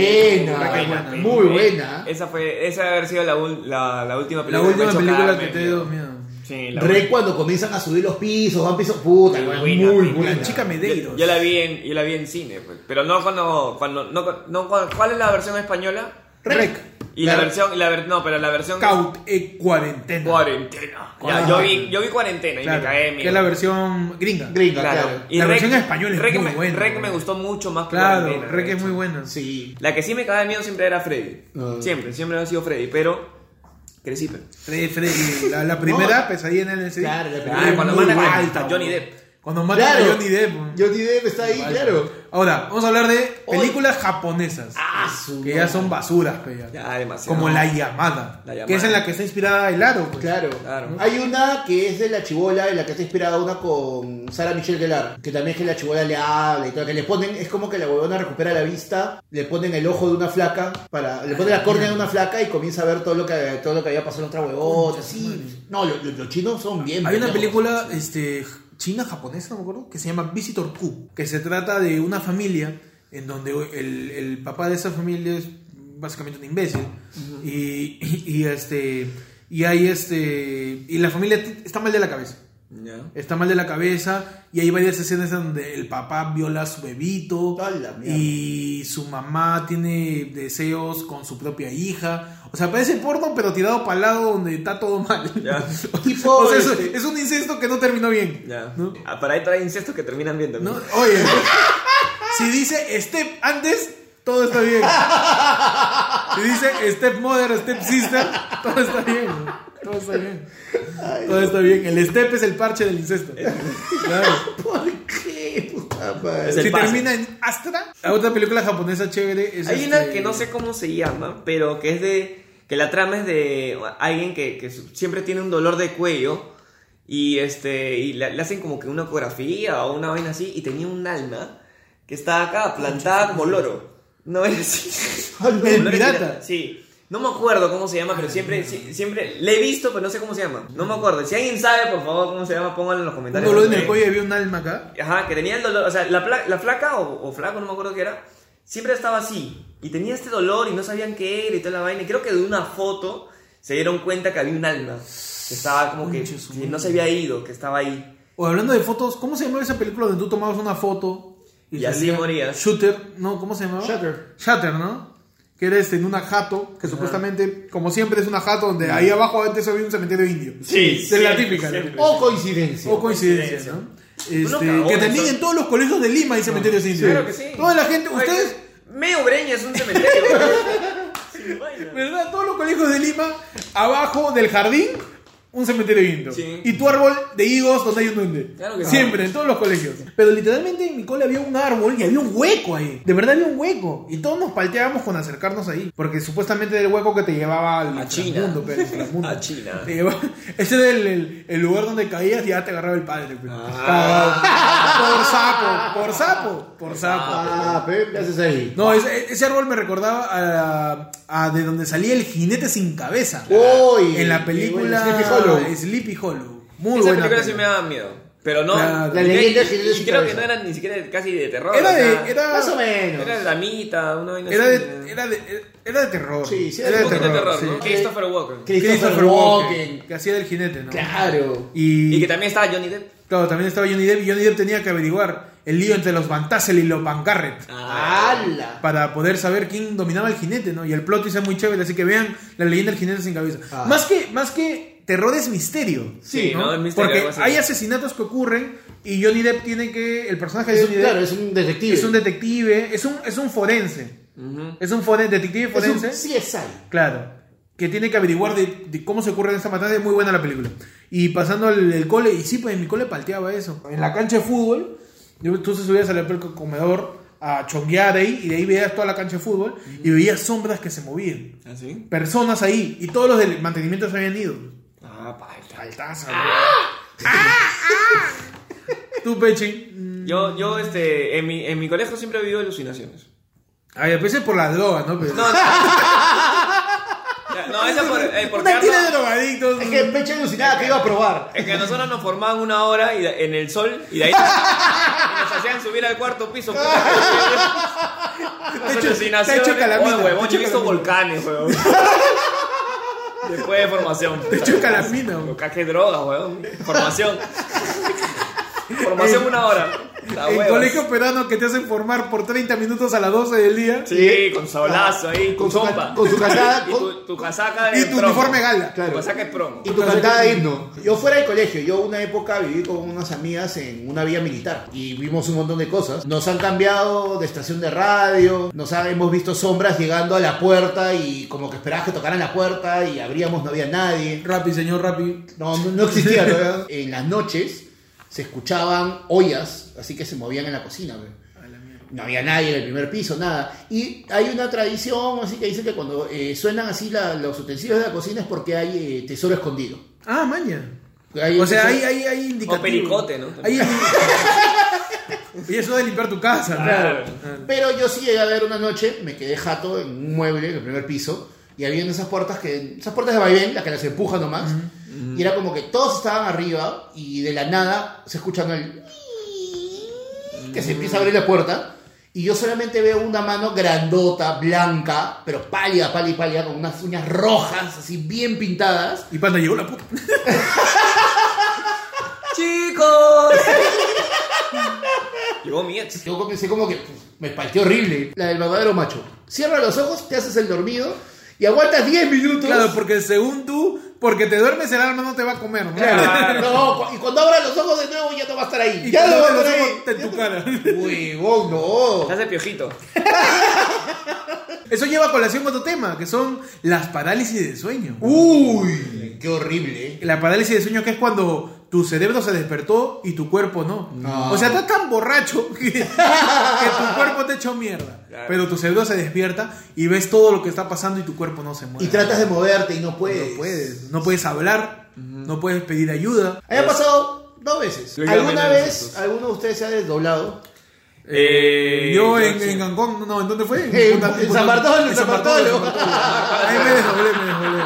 [SPEAKER 1] Re que buena,
[SPEAKER 3] muy buena.
[SPEAKER 2] Ah. Esa fue, esa debe haber sido la, ul- la, la última película.
[SPEAKER 1] La última
[SPEAKER 2] me ha hecho
[SPEAKER 1] película que
[SPEAKER 2] Carmen,
[SPEAKER 1] te
[SPEAKER 2] tío.
[SPEAKER 1] dio miedo.
[SPEAKER 2] Sí, la
[SPEAKER 3] Re cuando comienzan a subir los pisos, van pisos. Puta,
[SPEAKER 2] Muy
[SPEAKER 3] muy
[SPEAKER 2] buena, muy
[SPEAKER 3] buena.
[SPEAKER 1] La chica
[SPEAKER 2] Yo,
[SPEAKER 1] Medeiros.
[SPEAKER 2] yo la vi en, yo la vi en cine, pues. pero no cuando, cuando, no, cu- no cu- ¿cuál es la versión española?
[SPEAKER 1] Rec.
[SPEAKER 2] Y la, versión, y la ver- no, pero la versión
[SPEAKER 1] Caut e cuarentena.
[SPEAKER 2] cuarentena. Ya,
[SPEAKER 3] Ah.
[SPEAKER 2] yo vi, yo vi cuarentena y
[SPEAKER 1] Claro,
[SPEAKER 2] me caí de
[SPEAKER 1] que es la
[SPEAKER 2] miedo.
[SPEAKER 1] versión gringa.
[SPEAKER 3] Gringa,
[SPEAKER 2] Claro.
[SPEAKER 3] claro.
[SPEAKER 2] Y
[SPEAKER 1] La
[SPEAKER 2] Rec-
[SPEAKER 1] versión en español es
[SPEAKER 2] Rec
[SPEAKER 1] muy
[SPEAKER 2] me,
[SPEAKER 1] buena,
[SPEAKER 2] Rec
[SPEAKER 1] güey.
[SPEAKER 2] me gustó mucho más. que
[SPEAKER 1] Claro,
[SPEAKER 2] Cuarentena,
[SPEAKER 1] Rec
[SPEAKER 2] de
[SPEAKER 1] es
[SPEAKER 2] hecho.
[SPEAKER 1] muy buena.
[SPEAKER 3] Sí.
[SPEAKER 2] La que sí me cae de miedo siempre era Freddy.
[SPEAKER 3] Ah.
[SPEAKER 2] Siempre, siempre ha sido Freddy, pero crecí. Pero.
[SPEAKER 1] Freddy, Freddy, la, la primera pesadilla en el SD.
[SPEAKER 3] Claro, la primera.
[SPEAKER 2] Ah,
[SPEAKER 1] Es
[SPEAKER 2] cuando
[SPEAKER 1] muy
[SPEAKER 2] mandan
[SPEAKER 1] buena,
[SPEAKER 2] a Johnny
[SPEAKER 1] weón.
[SPEAKER 2] Depp.
[SPEAKER 1] Cuando matan
[SPEAKER 3] Claro.
[SPEAKER 1] a Johnny Depp. weón.
[SPEAKER 3] Johnny Depp está ahí, claro.
[SPEAKER 1] Ahora, vamos a hablar de películas japonesas.
[SPEAKER 2] Ah,
[SPEAKER 1] Que ya son basuras, pe, ya.
[SPEAKER 2] Ya, demasiado.
[SPEAKER 1] Como la llamada,
[SPEAKER 2] La Llamada.
[SPEAKER 1] Que es en la que está inspirada el aro. pues.
[SPEAKER 3] Claro.
[SPEAKER 2] Claro.
[SPEAKER 3] Hay una que es de la chibola, en la que está inspirada una con Sara Michelle Gellar, que también es que la chibola le habla y todo, que le ponen, es como que la huevona recupera la vista, le ponen el ojo de una flaca, para, le ponen la córnea de una flaca y comienza a ver todo lo que, todo lo que había pasado en otra huevota, sí. No, lo- lo- los, chinos son bien.
[SPEAKER 1] Hay una
[SPEAKER 3] pendejos.
[SPEAKER 1] película este, china, japonesa, no me acuerdo, que se llama Visitor Q, que se trata de una familia en donde el, el papá de esa familia es básicamente un imbécil. y, y- y, este. Y hay este. Y la familia t- está mal de la cabeza.
[SPEAKER 2] Ya.
[SPEAKER 1] Está mal de la cabeza. Y hay varias escenas donde el papá viola a su bebito.
[SPEAKER 3] A la mierda.
[SPEAKER 1] Y su mamá tiene deseos con su propia hija. O sea, parece porno, pero tirado para el lado donde está todo mal.
[SPEAKER 2] Ya.
[SPEAKER 3] Tipo,
[SPEAKER 1] O sea, es,
[SPEAKER 3] este,
[SPEAKER 1] es un incesto que no terminó bien.
[SPEAKER 2] Ya.
[SPEAKER 1] ¿No?
[SPEAKER 2] Ah, para ahí trae incestos que terminan bien
[SPEAKER 1] No,
[SPEAKER 2] también.
[SPEAKER 1] Oye, si dice step antes, todo está bien. Si dice step mother, step sister, todo está bien. ¿no? Todo está bien. Todo está bien. El step es el parche del incesto. Claro.
[SPEAKER 3] ¿Por qué, puta madre?
[SPEAKER 2] Es el
[SPEAKER 1] Si
[SPEAKER 2] pase.
[SPEAKER 1] termina en Astra, la otra película japonesa chévere es.
[SPEAKER 2] Hay una
[SPEAKER 1] este,
[SPEAKER 2] que no sé cómo se llama, pero que es de. que la trama es de alguien que, que su- siempre tiene un dolor de cuello. Y este. Y le, le hacen como que una ecografía o una vaina así. Y tenía un alma que estaba acá plantada como loro. No es así.
[SPEAKER 1] Ah, no,
[SPEAKER 2] Como
[SPEAKER 1] el
[SPEAKER 2] loro
[SPEAKER 1] pirata. Ah,
[SPEAKER 2] Sí. No me acuerdo cómo se llama, pero siempre, si- siempre le he visto, pero no sé cómo se llama. No me acuerdo. Si alguien sabe, por favor, cómo se llama, pónganlo en los
[SPEAKER 1] Un
[SPEAKER 2] comentarios.
[SPEAKER 1] dolor en
[SPEAKER 2] No
[SPEAKER 1] el
[SPEAKER 2] sé.
[SPEAKER 1] cuello y había un alma acá.
[SPEAKER 2] Ajá, que tenía el dolor, o sea, la, pla- la flaca o, o flaco, no me acuerdo qué era, siempre estaba así. Y tenía este dolor y no sabían qué era y toda la vaina. Y creo que de una foto se dieron cuenta que había un alma. Que estaba como que,
[SPEAKER 1] Concha su
[SPEAKER 2] que
[SPEAKER 1] madre.
[SPEAKER 2] no se había ido, que estaba ahí.
[SPEAKER 1] O hablando de fotos, ¿cómo se llamaba esa película donde tú tomabas una foto
[SPEAKER 2] Y así
[SPEAKER 1] salía
[SPEAKER 2] morías.
[SPEAKER 1] Shooter, no, ¿cómo se llamaba?
[SPEAKER 3] Shutter.
[SPEAKER 1] Shutter, ¿no? Que era este, en una jato, que supuestamente, como siempre, es una jato donde ahí abajo antes había un cementerio indio.
[SPEAKER 2] Sí,
[SPEAKER 1] Es la
[SPEAKER 2] siempre,
[SPEAKER 1] típica. ¿no?
[SPEAKER 2] siempre.
[SPEAKER 3] O Oh, coincidencia.
[SPEAKER 1] O coincidencia, ¿no?
[SPEAKER 2] Unos
[SPEAKER 1] Este,
[SPEAKER 2] cagones
[SPEAKER 1] que también
[SPEAKER 2] son.
[SPEAKER 1] en todos los colegios de Lima hay cementerios indios.
[SPEAKER 2] Claro que sí.
[SPEAKER 1] Toda la gente,
[SPEAKER 2] Oye,
[SPEAKER 1] ustedes,
[SPEAKER 2] Medio breña es un cementerio. Sin vaina.
[SPEAKER 1] ¿verdad? Todos los colegios de Lima, abajo del jardín, un cementerio indio.
[SPEAKER 2] Sí.
[SPEAKER 1] Y tu árbol de higos donde hay un duende.
[SPEAKER 2] Claro que sí.
[SPEAKER 1] Siempre, en todos los colegios. Pero literalmente en mi cole había un árbol y había un hueco ahí. De verdad había un hueco. Y todos nos palteábamos con acercarnos ahí. Porque supuestamente era el hueco que te llevaba al
[SPEAKER 2] A China.
[SPEAKER 1] inframundo, pero, al inframundo.
[SPEAKER 2] A China.
[SPEAKER 1] Te llevaba- Ese era el, el- el lugar donde caías y ya te agarraba el padre. pero.
[SPEAKER 2] Ah.
[SPEAKER 1] Por por sapo, por sapo, por sapo.
[SPEAKER 3] Ah, pero ¿qué haces ahí?
[SPEAKER 1] No, ese, ese árbol me recordaba a, a de donde salía el jinete sin cabeza.
[SPEAKER 3] Uy,
[SPEAKER 1] en la
[SPEAKER 3] qué
[SPEAKER 1] película
[SPEAKER 3] bueno. Sleepy Hollow.
[SPEAKER 1] Sleepy Hollow. Muy
[SPEAKER 2] Esa
[SPEAKER 1] buena.
[SPEAKER 2] película sí me
[SPEAKER 1] película.
[SPEAKER 2] daba miedo. Pero no.
[SPEAKER 1] La- la
[SPEAKER 2] y-
[SPEAKER 3] leyenda
[SPEAKER 2] y-
[SPEAKER 3] de
[SPEAKER 2] y creo
[SPEAKER 3] Sin
[SPEAKER 2] que
[SPEAKER 3] Cabeza.
[SPEAKER 2] no eran ni siquiera casi de terror.
[SPEAKER 1] Era
[SPEAKER 2] o sea,
[SPEAKER 1] de, era,
[SPEAKER 3] Más o menos.
[SPEAKER 2] Era de damita, una vaina
[SPEAKER 1] era
[SPEAKER 2] así.
[SPEAKER 1] de, era de, era de terror.
[SPEAKER 3] Sí, sí,
[SPEAKER 1] era de
[SPEAKER 2] Un poquito
[SPEAKER 1] terror.
[SPEAKER 2] de terror,
[SPEAKER 1] sí.
[SPEAKER 2] ¿no? Christopher Walken.
[SPEAKER 1] Christopher Walken, que hacía del jinete, ¿no?
[SPEAKER 3] Claro.
[SPEAKER 1] Y,
[SPEAKER 2] Y que también estaba Johnny Depp.
[SPEAKER 1] claro, también estaba Johnny Depp y Johnny Depp tenía que averiguar el lío entre los Van Tassel y los Van Garrett.
[SPEAKER 2] Ah,
[SPEAKER 3] ¡Hala!
[SPEAKER 1] para poder saber quién dominaba el jinete, ¿no? Y el plot twist es muy chévere, así que vean la leyenda del jinete sin cabeza.
[SPEAKER 3] Ah.
[SPEAKER 1] Más que más que terror es misterio.
[SPEAKER 2] Sí, ¿no? Es misterio, algo
[SPEAKER 1] Porque
[SPEAKER 2] así.
[SPEAKER 1] hay asesinatos que ocurren y Johnny Depp tiene que el personaje de
[SPEAKER 3] Es un-
[SPEAKER 1] Johnny Depp
[SPEAKER 3] claro, es un detective.
[SPEAKER 1] es un detective, es un es un forense. Es un fore- detective
[SPEAKER 3] Es un
[SPEAKER 1] forense.
[SPEAKER 3] CSI.
[SPEAKER 1] Claro. Que tiene que averiguar de, de cómo se ocurre esta matanza. Es muy buena la película. Y pasando al el cole, y sí, pues en mi cole palteaba eso. En la cancha de fútbol, yo- tú se subías al comedor a chonguear ahí, y de ahí veías toda la cancha de fútbol, y veías sombras que se movían.
[SPEAKER 2] ¿Así?
[SPEAKER 1] Personas ahí, y todos los del mantenimiento se habían ido.
[SPEAKER 2] Ah, palta.
[SPEAKER 1] Paltaza, güey. Tú, Pechi.
[SPEAKER 2] Yo, yo, este, en mi, en mi colegio siempre he vivido alucinaciones.
[SPEAKER 1] Ay, a veces por la droga, ¿no? Pero-
[SPEAKER 2] No, no. Ya, no, eso por, eh, porque
[SPEAKER 1] Una tira
[SPEAKER 2] Arno-
[SPEAKER 1] de drogadictos.
[SPEAKER 3] Es que Pecha alucinada que iba a probar.
[SPEAKER 2] es que nosotros nos formaban una hora y, de- en el sol y de ahí nos, y nos hacían subir al cuarto piso.
[SPEAKER 1] Te echo- te echo
[SPEAKER 2] Alucinaciones.
[SPEAKER 1] calamina,
[SPEAKER 2] Oye, huevón,
[SPEAKER 1] te
[SPEAKER 2] yo he
[SPEAKER 1] echo calamina.
[SPEAKER 2] visto volcanes, huevón. Después de formación.
[SPEAKER 1] Te echo calamina, güey.
[SPEAKER 2] Lo caje droga, weón. Formación. Formación una hora. La
[SPEAKER 1] El
[SPEAKER 2] hueva.
[SPEAKER 1] colegio peruano que te hacen formar por 30 minutos a las 12 del día
[SPEAKER 2] Sí, con sablazo ahí,
[SPEAKER 3] Con
[SPEAKER 2] con
[SPEAKER 3] su ca-
[SPEAKER 2] sopa.
[SPEAKER 3] con su casada,
[SPEAKER 2] Y tu, tu casaca de
[SPEAKER 1] y tu
[SPEAKER 2] promo.
[SPEAKER 1] uniforme gala.
[SPEAKER 3] Claro.
[SPEAKER 2] Tu casaca es promo.
[SPEAKER 3] Y tu cantada de himno. Yo fuera del colegio, yo una época viví con unas amigas en una vía militar y vimos un montón de cosas. Nos han cambiado de estación de radio, nos ha- hemos visto sombras llegando a la puerta y como que esperabas que tocaran la puerta y abríamos, no había nadie.
[SPEAKER 1] Rappi, señor Rappi.
[SPEAKER 3] No, no, no existía todavía. En las noches se escuchaban ollas, así que se movían en la cocina. güey. no había nadie en el primer piso, nada. Y hay una tradición, así que dicen que cuando eh, suenan así la- los utensilios de la cocina es porque hay eh, tesoro escondido.
[SPEAKER 1] Ah, maña.
[SPEAKER 3] Hay
[SPEAKER 1] O sea,
[SPEAKER 3] tesoro-
[SPEAKER 1] hay, hay, hay indicativo.
[SPEAKER 2] O pericote, ¿no?
[SPEAKER 1] Hay y eso de limpiar tu casa. ¿no?
[SPEAKER 2] Claro.
[SPEAKER 3] Pero yo sí llegué a ver una noche, me quedé jato en un mueble en el primer piso y había esas puertas que esas puertas de vaivén, las que las empujan nomás. Y era como que todos estaban arriba y de la nada se escuchando el que se empieza a abrir la puerta y yo solamente veo una mano grandota, blanca, pero pálida, pálida, pálida con unas uñas rojas así bien pintadas.
[SPEAKER 1] Y panda llegó la puta.
[SPEAKER 2] ¡Chicos! Llegó mi ex.
[SPEAKER 3] Yo comencé como que puf, me palteó horrible, la del verdadero macho. Cierra los ojos, te haces el dormido y aguantas 10 minutos.
[SPEAKER 1] Claro, porque según tú, porque te duermes el alma no te va a comer, ¿no?
[SPEAKER 3] Claro, no, cu- y cuando abra los ojos de nuevo ya no va a estar ahí.
[SPEAKER 1] Y
[SPEAKER 3] ya
[SPEAKER 1] ya
[SPEAKER 3] no va a
[SPEAKER 1] los
[SPEAKER 3] estar
[SPEAKER 1] ojos
[SPEAKER 3] ahí.
[SPEAKER 1] en tu cara.
[SPEAKER 3] Huevón, no.
[SPEAKER 2] Se hace piojito.
[SPEAKER 1] Eso lleva a colación otro tema, que son las parálisis del sueño.
[SPEAKER 3] Uh, Uy, qué horrible.
[SPEAKER 1] La parálisis de sueño que es cuando tu cerebro se despertó y tu cuerpo no.
[SPEAKER 3] No.
[SPEAKER 1] O sea, estás tan borracho que, que tu cuerpo te echó mierda.
[SPEAKER 2] Claro.
[SPEAKER 1] Pero tu cerebro se despierta y ves todo lo que está pasando y tu cuerpo no se mueve.
[SPEAKER 3] Y tratas de Eh, moverte y no puedes.
[SPEAKER 1] No puedes. No puedes hablar, no puedes pedir ayuda.
[SPEAKER 3] Haya pasado dos veces.
[SPEAKER 2] Yo ya
[SPEAKER 3] ¿Alguna
[SPEAKER 2] menos
[SPEAKER 3] vez
[SPEAKER 2] esos.
[SPEAKER 3] alguno de ustedes se ha desdoblado?
[SPEAKER 2] Eh,
[SPEAKER 1] yo
[SPEAKER 2] yo
[SPEAKER 1] en,
[SPEAKER 2] sí.
[SPEAKER 1] en Cancún, no, ¿en dónde fue?
[SPEAKER 3] Eh,
[SPEAKER 1] Punta-
[SPEAKER 3] en
[SPEAKER 1] Punta-
[SPEAKER 3] San Bartolo, en San Bartolo.
[SPEAKER 1] en San Bartolo. Ahí me desdoblé, me desdoblé.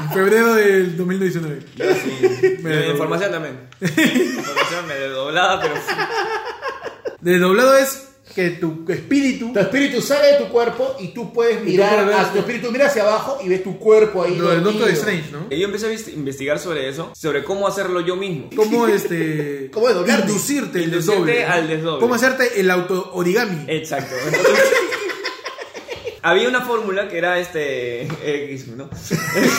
[SPEAKER 1] En febrero del 2019. Me
[SPEAKER 2] Eh,
[SPEAKER 1] desdoblé.
[SPEAKER 2] información también. información me desdoblaba, pero.
[SPEAKER 1] Desdoblado es que tu espíritu
[SPEAKER 3] Tu espíritu sale de tu cuerpo y tú puedes mirar.
[SPEAKER 1] puedes ver-
[SPEAKER 3] a- tu espíritu mira hacia abajo y ves tu cuerpo ahí.
[SPEAKER 1] Lo del
[SPEAKER 3] dormido.
[SPEAKER 1] Doctor Strange, ¿no?
[SPEAKER 2] Yo empecé a vis- investigar sobre eso, sobre cómo hacerlo yo mismo.
[SPEAKER 1] ¿Cómo este.
[SPEAKER 3] ¿Cómo desdoblarte?
[SPEAKER 1] Inducirte el
[SPEAKER 2] Inducirte
[SPEAKER 1] desdoble.
[SPEAKER 2] al desdoble.
[SPEAKER 1] ¿Cómo hacerte el auto origami?
[SPEAKER 2] Exacto. Entonces, había una fórmula que era este. X, ¿no?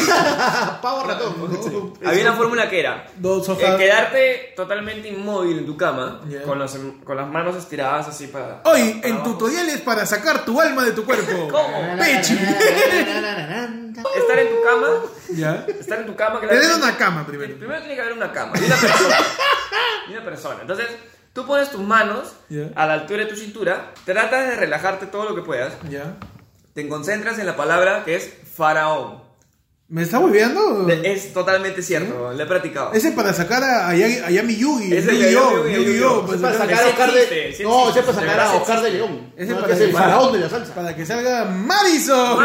[SPEAKER 3] Ah, pavo ratón. ¿no?
[SPEAKER 2] Había una fórmula que era.
[SPEAKER 1] Dos
[SPEAKER 2] eh,
[SPEAKER 1] hojas.
[SPEAKER 2] quedarte totalmente inmóvil en tu cama,
[SPEAKER 1] Ya.
[SPEAKER 2] con, las, con las manos estiradas así para.
[SPEAKER 1] Hoy,
[SPEAKER 2] para
[SPEAKER 1] en
[SPEAKER 2] abajo.
[SPEAKER 1] tutoriales para sacar tu alma de tu cuerpo.
[SPEAKER 2] ¿Cómo?
[SPEAKER 1] Pechi.
[SPEAKER 2] Estar en tu cama,
[SPEAKER 1] ¿Ya?
[SPEAKER 2] estar en tu cama.
[SPEAKER 1] Tener
[SPEAKER 2] claramente-
[SPEAKER 1] una cama
[SPEAKER 2] Primero,
[SPEAKER 1] primero.
[SPEAKER 2] tiene que haber una cama y una persona. y una persona. Entonces, tú pones tus manos
[SPEAKER 1] Ya.
[SPEAKER 2] a la altura de tu cintura, tratas de relajarte todo lo que puedas,
[SPEAKER 1] ¿Ya?
[SPEAKER 2] te concentras en la palabra que es faraón.
[SPEAKER 1] ¿Me está volviendo?
[SPEAKER 2] De- Es totalmente cierto, lo he practicado.
[SPEAKER 1] Ese para sacar a, a, Yagi- a Yami Yugi.
[SPEAKER 2] Ese
[SPEAKER 1] Yu-Gi-Oh,
[SPEAKER 2] de Yami Yugi,
[SPEAKER 1] Yu-Gi-Oh, pues,
[SPEAKER 2] Yu-Gi-Oh.
[SPEAKER 1] para
[SPEAKER 3] Es para
[SPEAKER 1] sacar-
[SPEAKER 3] sacar a Oscar de.
[SPEAKER 2] existe, sí
[SPEAKER 3] No,
[SPEAKER 2] existe,
[SPEAKER 3] es para
[SPEAKER 2] de
[SPEAKER 3] sacar
[SPEAKER 2] verdad
[SPEAKER 3] a Oscar de
[SPEAKER 2] existe.
[SPEAKER 3] León.
[SPEAKER 1] Ese
[SPEAKER 3] No,
[SPEAKER 1] para
[SPEAKER 3] que es
[SPEAKER 1] ser
[SPEAKER 3] el
[SPEAKER 1] malo.
[SPEAKER 3] faraón de la salsa.
[SPEAKER 1] Para que salga Madison.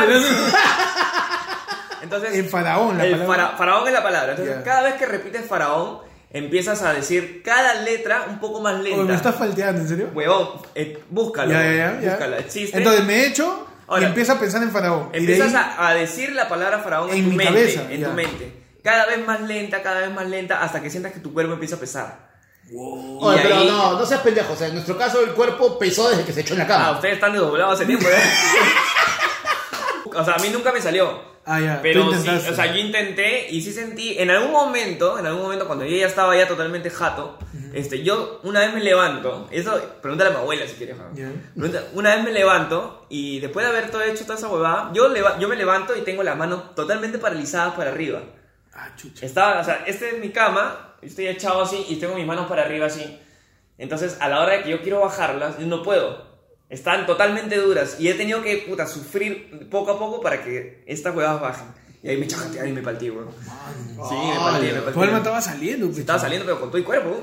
[SPEAKER 2] Entonces,
[SPEAKER 1] El faraón, la
[SPEAKER 2] el
[SPEAKER 1] palabra.
[SPEAKER 2] fara- faraón es la palabra. Entonces,
[SPEAKER 1] Ya.
[SPEAKER 2] cada vez que repites faraón, empiezas a decir cada letra un poco más
[SPEAKER 1] Oye, Oh, me estás
[SPEAKER 2] lenta.
[SPEAKER 1] falteando, ¿en serio?
[SPEAKER 2] Huevón, eh, búscalo.
[SPEAKER 1] Ya, ya, ya.
[SPEAKER 2] Búscala,
[SPEAKER 1] ya.
[SPEAKER 2] existe.
[SPEAKER 1] Entonces me echo y
[SPEAKER 2] Ahora,
[SPEAKER 1] empiezo a pensar en faraón. Y de
[SPEAKER 2] Empiezas
[SPEAKER 1] ahí-
[SPEAKER 2] a, a decir la palabra faraón en,
[SPEAKER 1] En
[SPEAKER 2] tu
[SPEAKER 1] mi
[SPEAKER 2] mente,
[SPEAKER 1] cabeza,
[SPEAKER 2] en
[SPEAKER 1] ya.
[SPEAKER 2] tu mente. Cada vez más lenta, cada vez más lenta, hasta que sientas que tu cuerpo empieza a pesar.
[SPEAKER 3] Oye,
[SPEAKER 2] Y
[SPEAKER 3] pero
[SPEAKER 2] ahí-
[SPEAKER 3] no, no seas pendejo. O sea, en nuestro caso el cuerpo pesó desde que se echó en la
[SPEAKER 2] Ah,
[SPEAKER 3] cama.
[SPEAKER 2] ustedes están desdoblados hace tiempo, ¿eh? o sea, a mí nunca me salió.
[SPEAKER 1] Ah, ya.
[SPEAKER 2] Pero
[SPEAKER 1] Tú
[SPEAKER 2] sí,
[SPEAKER 1] intentaste.
[SPEAKER 2] o sea, yo intenté y sí sentí, en algún momento, en algún momento cuando yo ya estaba ya totalmente jato, este, yo una vez me levanto, eso pregúntale a mi abuela si quieres, Juan.
[SPEAKER 1] Ya.
[SPEAKER 2] Pregunta- una vez me levanto y después de haber todo hecho toda esa huevada, yo, leva- yo me levanto y tengo las manos totalmente paralizadas para arriba.
[SPEAKER 1] Ah, chucha.
[SPEAKER 2] Estaba, o sea, esta es mi cama, yo estoy echado así y tengo mis manos para arriba así. Entonces, a la hora de que yo quiero bajarlas, no puedo. Están totalmente duras y he tenido que, puta, sufrir poco a poco para que estas huevas bajen. Y ahí me chajatearon y me partí, weón. Sí, me partí, me partí.
[SPEAKER 1] Tu alma estaba saliendo.
[SPEAKER 2] Sí,
[SPEAKER 1] pues.
[SPEAKER 2] estaba saliendo, pero con todo el cuerpo. weón.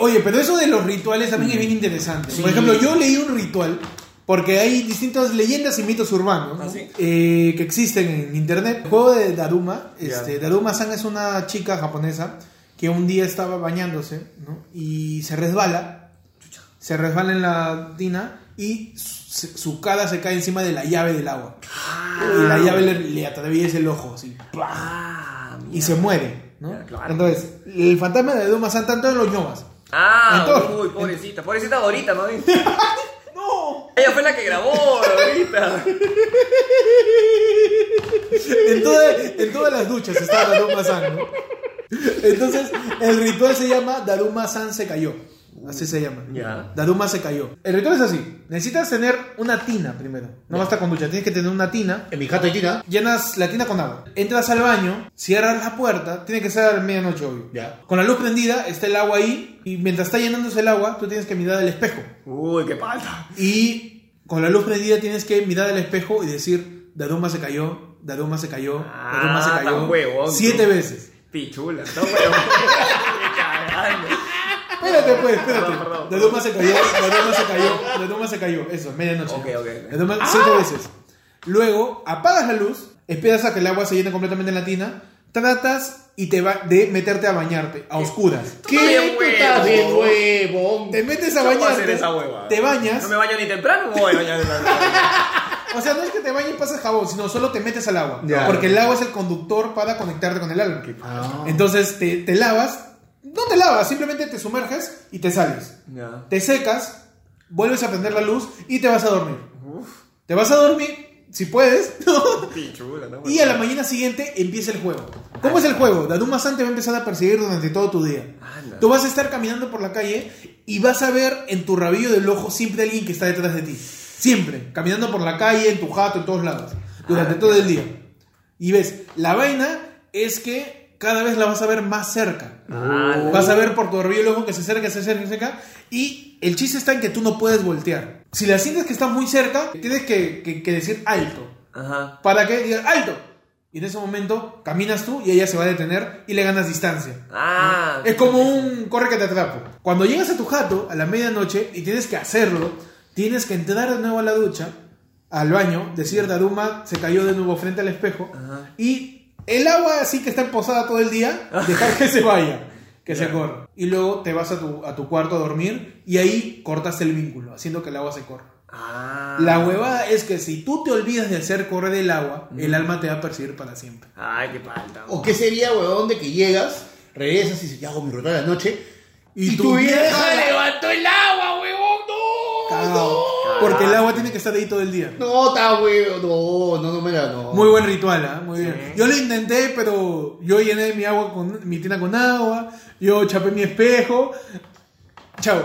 [SPEAKER 1] Oye, pero eso de los rituales también es bien interesante. Por ejemplo, yo leí un ritual porque hay distintas leyendas y mitos urbanos ¿no?
[SPEAKER 2] ¿Ah, sí?
[SPEAKER 1] Eh, que existen en internet. El juego de Daruma, este, Daruma-san es una chica japonesa que un día estaba bañándose ¿no? y se resbala, se resbala en la tina y su, su cara se cae encima de la llave del agua.
[SPEAKER 2] Ah.
[SPEAKER 1] Y la llave le, le atraviesa el ojo, así, ¡plá! y se muere. ¿no?
[SPEAKER 2] Claro.
[SPEAKER 1] Entonces, el fantasma de Daruma-san tanto en los ñomas.
[SPEAKER 2] Ah,
[SPEAKER 1] Entonces-
[SPEAKER 2] uy, pobrecita, pobrecita Dorita, ¿no?
[SPEAKER 1] ¡No!
[SPEAKER 2] Ella fue la que grabó, Dorita.
[SPEAKER 1] En, toda- en todas las duchas está Daruma San, ¿no? Entonces, el ritual se llama Daruma San se cayó. Así se llama.
[SPEAKER 2] Ya.
[SPEAKER 1] Daruma se cayó. El ritual es así. Necesitas tener una tina primero. No basta con ducha, tienes que tener una tina.
[SPEAKER 3] En mi jato hay tina.
[SPEAKER 1] Llenas la tina con agua. Entras al baño, cierras la puerta. Tiene que ser a la medianoche, obvio.
[SPEAKER 3] Ya.
[SPEAKER 1] Con la luz prendida, está el agua ahí. Y mientras está llenándose el agua, tú tienes que mirar al espejo.
[SPEAKER 2] Uy, qué palta.
[SPEAKER 1] Y con la luz prendida tienes que mirar al espejo y decir, Daruma se cayó, Daruma se cayó, Daruma
[SPEAKER 2] Ah,
[SPEAKER 1] se cayó.
[SPEAKER 2] tan huevón,
[SPEAKER 1] siete
[SPEAKER 2] tú.
[SPEAKER 1] veces.
[SPEAKER 2] Pichula, está bueno. Qué cagando.
[SPEAKER 1] Espérate, pues, espérate.
[SPEAKER 2] Perdón, perdón.
[SPEAKER 1] Daruma se cayó, Daruma se cayó, Daruma se cayó. Eso, medianoche.
[SPEAKER 2] Ok, Ah. ok.
[SPEAKER 1] Daruma siete veces. Luego, apagas la luz, esperas a que el agua se llene completamente en la tina, tratas y te va de meterte a bañarte, a oscuras.
[SPEAKER 2] bien
[SPEAKER 3] ¿Qué? Tú estás bien
[SPEAKER 2] huevón.
[SPEAKER 3] huevón.
[SPEAKER 1] Te metes a
[SPEAKER 2] ¿Cómo va a
[SPEAKER 1] bañarte,
[SPEAKER 2] ser esa hueva?
[SPEAKER 1] te bañas,
[SPEAKER 2] No me baño ni temprano, me voy a bañar temprano.
[SPEAKER 1] O sea, no es que te bañes y pasas jabón, sino solo te metes al agua.
[SPEAKER 3] Ya.
[SPEAKER 1] Porque el agua es el conductor para conectarte con el alma. Entonces te, te lavas. No te lavas, simplemente te sumerges y te sales.
[SPEAKER 2] Ya.
[SPEAKER 1] Te secas, vuelves a prender la luz y te vas a dormir. Te vas a dormir, si puedes, ¿no?
[SPEAKER 2] Pichula, no
[SPEAKER 1] Y a la mañana siguiente empieza el juego. ¿Cómo es el juego? Daduma San te va a empezar a perseguir durante todo tu día.
[SPEAKER 2] Ala.
[SPEAKER 1] Tú vas a estar caminando por la calle y vas a ver en tu rabillo del ojo siempre alguien que está detrás de ti. Siempre. Caminando por la calle, en tu jato, en todos lados. Durante todo el día. Y ves, la vaina es que cada vez la vas a ver más cerca.
[SPEAKER 2] Ah,
[SPEAKER 1] Vas a ver por tu rabillo del ojo que se acerca, se acerca, se acerca. Y el chiste está en que tú no puedes voltear. Si la sientes que está muy cerca, tienes que, que- que decir alto
[SPEAKER 2] Ajá.
[SPEAKER 1] para que diga alto. Y en ese momento caminas tú y ella se va a detener y le ganas distancia.
[SPEAKER 2] Ah.
[SPEAKER 1] Es como un corre que te atrapo. Cuando llegas a tu jato a la medianoche y tienes que hacerlo, tienes que entrar de nuevo a la ducha, al baño, decir Daruma se cayó de nuevo frente al espejo y el agua así que está posada todo el día, dejar que se vaya, que se corra. Y luego te vas a tu, a tu cuarto a dormir y ahí cortas el vínculo, haciendo que el agua se corra.
[SPEAKER 2] Ah.
[SPEAKER 1] La huevada es que si tú te olvidas de hacer correr el agua, el alma te va a perseguir para siempre.
[SPEAKER 2] Ay, qué palta.
[SPEAKER 3] ¿O qué sería, huevón, de que llegas, regresas y dices, ya hago mi ruta de la noche? Y, tu vieja
[SPEAKER 8] levantó el agua, huevón!
[SPEAKER 1] Cagao. Porque el agua tiene que estar ahí todo el día.
[SPEAKER 3] No, está huevón. No, no, no me la no.
[SPEAKER 1] Muy buen ritual, ¿ah? Muy bien. Yo lo intenté, pero yo llené mi agua con mi tina con agua, yo chapé mi espejo. Chao.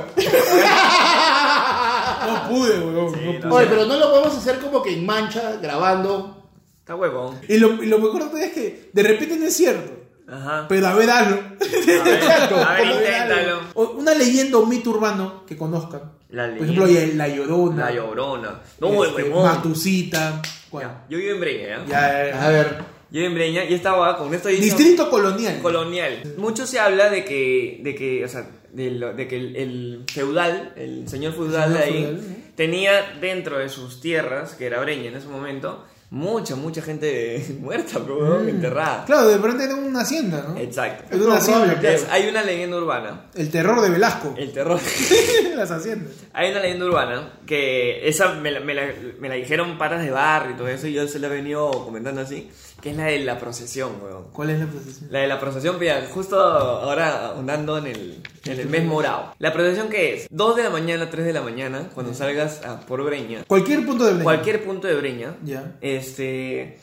[SPEAKER 1] no pude, huevón. no pude.
[SPEAKER 3] Oye, pero no lo podemos hacer como que en mancha, grabando.
[SPEAKER 2] Está huevón.
[SPEAKER 1] Y lo, y lo mejor de todo es que de repente no es cierto.
[SPEAKER 2] Ajá.
[SPEAKER 1] Pero a ver algo.
[SPEAKER 2] A ver,
[SPEAKER 1] Como
[SPEAKER 2] inténtalo.
[SPEAKER 1] algo. O- Una leyenda o mito urbano que conozcan.
[SPEAKER 2] La
[SPEAKER 1] Por ejemplo,
[SPEAKER 2] leyenda.
[SPEAKER 1] La Llorona.
[SPEAKER 2] La llorona. No,
[SPEAKER 1] este,
[SPEAKER 2] huevón.
[SPEAKER 1] Matucita. ¿cuál?
[SPEAKER 2] Ya, Yo vivo en Breña, ¿ya?
[SPEAKER 1] Ya, ya,
[SPEAKER 3] A ver.
[SPEAKER 2] Yo vivo en Breña y estaba con esto diciendo...
[SPEAKER 1] Distrito colonial.
[SPEAKER 2] colonial. Mucho se habla de que, de que, o sea, de, lo- de que el, el feudal, el señor feudal de
[SPEAKER 1] señor
[SPEAKER 2] ahí,
[SPEAKER 1] feudal, ¿no?
[SPEAKER 2] tenía dentro de sus tierras, que era Breña en ese momento, mucha, mucha gente muerta, pero, weón, enterrada.
[SPEAKER 1] claro, de repente era una hacienda, ¿no?
[SPEAKER 2] Exacto.
[SPEAKER 1] Era Mm. una hacienda.
[SPEAKER 2] Entonces, hay una leyenda urbana,
[SPEAKER 1] El terror de Velasco.
[SPEAKER 2] el terror.
[SPEAKER 1] Las haciendas.
[SPEAKER 2] Hay una leyenda urbana que esa me la, me la- me la dijeron patas de barrio y todo eso, y yo se la he venido comentando así, que es la de la procesión, weón.
[SPEAKER 1] ¿Cuál es la procesión?
[SPEAKER 2] La de la procesión, mira, justo ahora andando en el, en el mes morado. La procesión que es 2 de la mañana, 3 de la mañana, cuando salgas a por Breña,
[SPEAKER 1] Cualquier punto de Belén.
[SPEAKER 2] cualquier punto de Breña,
[SPEAKER 1] Ya.
[SPEAKER 2] este,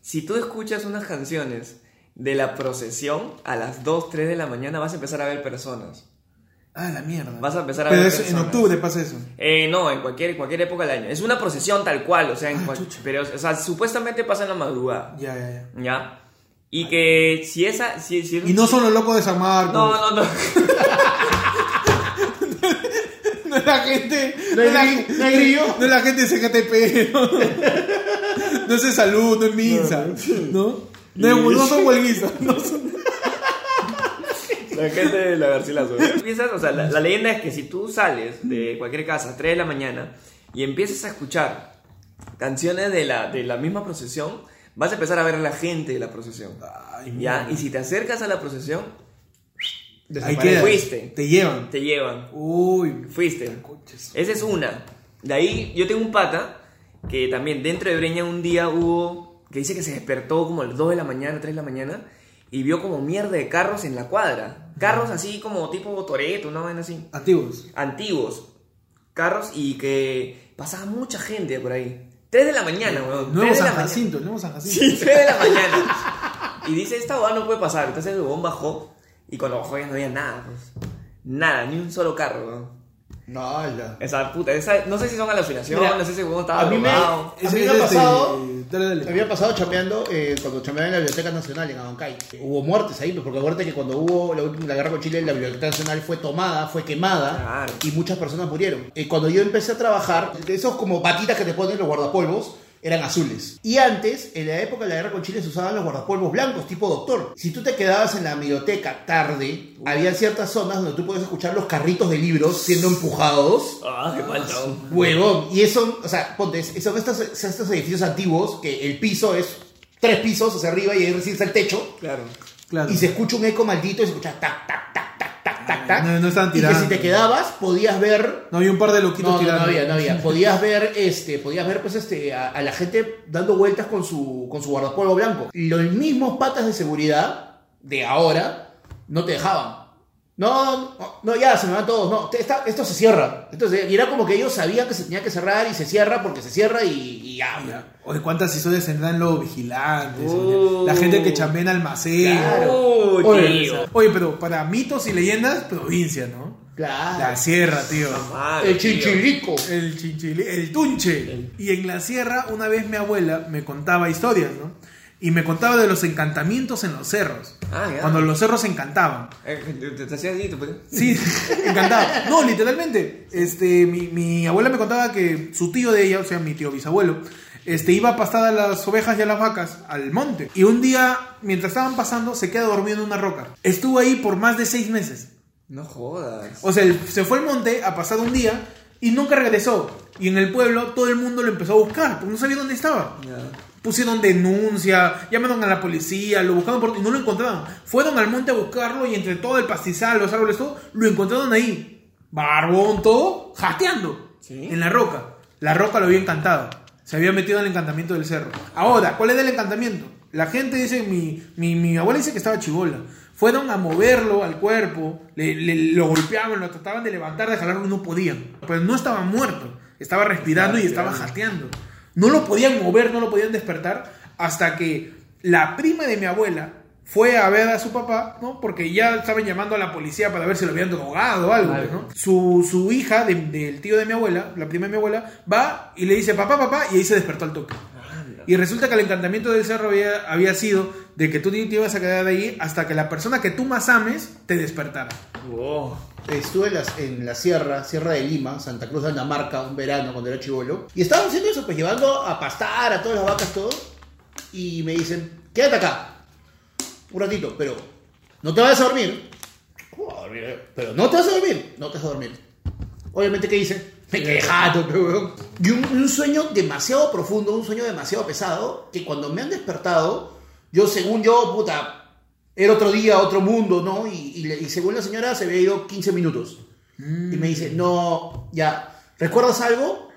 [SPEAKER 2] si tú escuchas unas canciones de la procesión a las 2, 3 de la mañana, vas a empezar a ver personas.
[SPEAKER 1] Ah, la mierda.
[SPEAKER 2] Vas a empezar a
[SPEAKER 1] Pero
[SPEAKER 2] ver
[SPEAKER 1] eso, en
[SPEAKER 2] personas.
[SPEAKER 1] octubre pasa eso.
[SPEAKER 2] Eh, no, en cualquier, cualquier época del año. Es una procesión tal cual, o sea,
[SPEAKER 1] Ah,
[SPEAKER 2] en cual- pero, o sea, supuestamente pasa en la madrugada,
[SPEAKER 1] Ya, ya, ya.
[SPEAKER 2] ¿ya? Y que si esa... Si, si
[SPEAKER 1] Ah. Y no son los locos de San Marcos.
[SPEAKER 2] No, no, no.
[SPEAKER 1] No es la gente.
[SPEAKER 3] No es gri- no es grillo.
[SPEAKER 1] No es la gente de CGTP. No, No es de salud, no es Minsa. ¿No? No, es- no son huelguistas. No son-
[SPEAKER 2] La gente de la Garcilaso. Empiezas, o sea, la, la leyenda es que si tú sales de cualquier casa a 3 de la mañana y empiezas a escuchar canciones de la, de la misma procesión, vas a empezar a ver a la gente de la procesión. ¿Ya? Y si te acercas a la procesión,
[SPEAKER 1] Ahí
[SPEAKER 3] Desaparece.
[SPEAKER 1] quedas.
[SPEAKER 2] Fuiste.
[SPEAKER 1] Te llevan.
[SPEAKER 2] te llevan.
[SPEAKER 1] Uy.
[SPEAKER 2] Fuiste. Esa es una. De ahí yo tengo un pata que también dentro de Breña un día hubo, que dice que se despertó como a las 2 de la mañana, 3 de la mañana, y vio como mierda de carros en la cuadra. Carros así como tipo Toreto, una vaina así.
[SPEAKER 1] Antiguos.
[SPEAKER 2] Antiguos. Carros y que pasaba mucha gente por ahí. 3 de la mañana, weón. 3
[SPEAKER 1] Nuevo
[SPEAKER 2] de la
[SPEAKER 1] San
[SPEAKER 2] mañana.
[SPEAKER 1] Jacinto. Nuevo San Jacinto.
[SPEAKER 2] Sí, 3 de la mañana. Y dice, esta hueá no puede pasar. Entonces el huevón bajó y cuando bajó ya no había nada. pues. Nada, ni un solo carro, weón.
[SPEAKER 3] No, ya.
[SPEAKER 2] Esa puta, esa, no sé si son alucinaciones,
[SPEAKER 3] Mira,
[SPEAKER 2] no sé si el huevón estaba
[SPEAKER 3] a mí me-
[SPEAKER 2] drogado.
[SPEAKER 3] A mí me ha pasado-
[SPEAKER 1] Dale, dale.
[SPEAKER 3] Me había pasado chapeando eh, cuando chameaba en la Biblioteca Nacional en Abancay. Hubo muertes ahí, pues, porque acuérdate que cuando hubo la, última- la guerra con Chile, la Biblioteca Nacional fue tomada, fue quemada
[SPEAKER 2] Claro.
[SPEAKER 3] y muchas personas murieron. Eh, cuando yo empecé a trabajar, de esos como patitas que te ponen los guardapolvos. Eran azules. Y antes, en la época de la guerra con Chile, se usaban los guardapolvos blancos, tipo doctor. Si tú te quedabas en la biblioteca tarde, había ciertas zonas donde tú podías escuchar los carritos de libros siendo empujados.
[SPEAKER 2] Ah, qué falta, weón.
[SPEAKER 3] Huevón. Y eso, o sea, ponte, es- son estos, son estos edificios antiguos que el piso es tres pisos hacia arriba y ahí recién está el techo.
[SPEAKER 2] Claro.
[SPEAKER 1] Claro.
[SPEAKER 3] Y se escucha un eco maldito y se escucha tac, tac, tac, tac, tac, tac, tac.
[SPEAKER 1] no, no estaban
[SPEAKER 3] y que
[SPEAKER 1] tirando.
[SPEAKER 3] si te quedabas, podías ver.
[SPEAKER 1] No, había un par de loquitos
[SPEAKER 3] No, no, no
[SPEAKER 1] tirando.
[SPEAKER 3] había, no había. Podías ver, este, podías ver, pues, este, a, a la gente dando vueltas con su, con su guardapolvo blanco. Los mismos patas de seguridad de ahora no te dejaban. No, no, no, ya se me van todos. No, te- esta- esto se cierra. Entonces, y era como que ellos sabían que se tenía que cerrar y se cierra porque se cierra y, y ya.
[SPEAKER 1] Oye, cuántas historias se dan los vigilantes.
[SPEAKER 2] Oh.
[SPEAKER 3] Uh.
[SPEAKER 1] oye. La gente que chambea en almacén.
[SPEAKER 2] Uy,
[SPEAKER 1] Oye,
[SPEAKER 2] tío.
[SPEAKER 1] oye, pero para mitos y leyendas, provincia, ¿no?
[SPEAKER 2] Ah.
[SPEAKER 3] Claro.
[SPEAKER 1] La sierra, tío.
[SPEAKER 2] Madre,
[SPEAKER 3] el
[SPEAKER 2] tío.
[SPEAKER 3] chinchirico.
[SPEAKER 1] El chinchili, el tunche. Y en la sierra, una vez mi abuela me contaba historias, ¿no? Y me contaba de los encantamientos en los cerros.
[SPEAKER 2] Ah, ya.
[SPEAKER 1] Cuando los cerros se encantaban.
[SPEAKER 2] Eh, Te, te hacías dito, pues.
[SPEAKER 1] Sí, encantado. No, literalmente. Este, mi, mi abuela me contaba que su tío de ella, o sea, mi tío bisabuelo, este, iba a pastar a las ovejas y a las vacas al monte. Y un día, mientras estaban pasando, se queda dormido en una roca. Estuvo ahí por más de seis meses.
[SPEAKER 2] No jodas.
[SPEAKER 1] O sea, él se fue al monte a pasar un día y nunca regresó. Y en el pueblo todo el mundo lo empezó a buscar, porque no sabía dónde estaba.
[SPEAKER 2] Ya.
[SPEAKER 1] Pusieron denuncia, llamaron a la policía, lo buscaron por... y no lo encontraron. Fueron al monte a buscarlo y entre todo el pastizal, los árboles, todo, lo encontraron ahí. Barbón, todo, jateando
[SPEAKER 2] Sí.
[SPEAKER 1] en la roca. La roca lo había encantado. Se había metido en el encantamiento del cerro. Ahora, ¿cuál era el encantamiento? La gente dice, mi, mi, mi abuela dice que estaba chivola. Fueron a moverlo al cuerpo, le, le- lo golpeaban, lo trataban de levantar, de jalarlo y no podían. Pero no estaba muerto, estaba respirando y estaba jateando. No lo podían mover, no lo podían despertar, hasta que la prima de mi abuela fue a ver a su papá, ¿no? Porque ya estaban llamando a la policía para ver si lo habían drogado o algo, pues, ¿no? Su, su hija, de- del tío de mi abuela, la prima de mi abuela, va y le dice, papá, papá, y ahí se despertó al toque. Y resulta que el encantamiento del cerro había, había sido de que tú te ibas a quedar ahí hasta que la persona que tú más ames te despertara.
[SPEAKER 2] Wow.
[SPEAKER 3] Estuve en, las- en la sierra, Sierra de Lima, Santa Cruz de Andamarca, un verano cuando era chivolo. Y estaban haciendo eso, pues llevando a pastar a todas las vacas, todo. Y me dicen, quédate acá. Un ratito, pero no te vas a dormir. ¿Cómo vas a dormir? eh? Pero no te vas a dormir. No te vas a dormir. Obviamente, ¿qué hice? Me quedé jato, pe, weón. Y un, un sueño demasiado profundo, un sueño demasiado pesado, que cuando me han despertado, yo según yo, puta, era otro día, otro mundo, ¿no? Y, y le- y según la señora se había ido 15 minutos.
[SPEAKER 1] Mm.
[SPEAKER 3] Y me dice, no, ya, ¿recuerdas algo?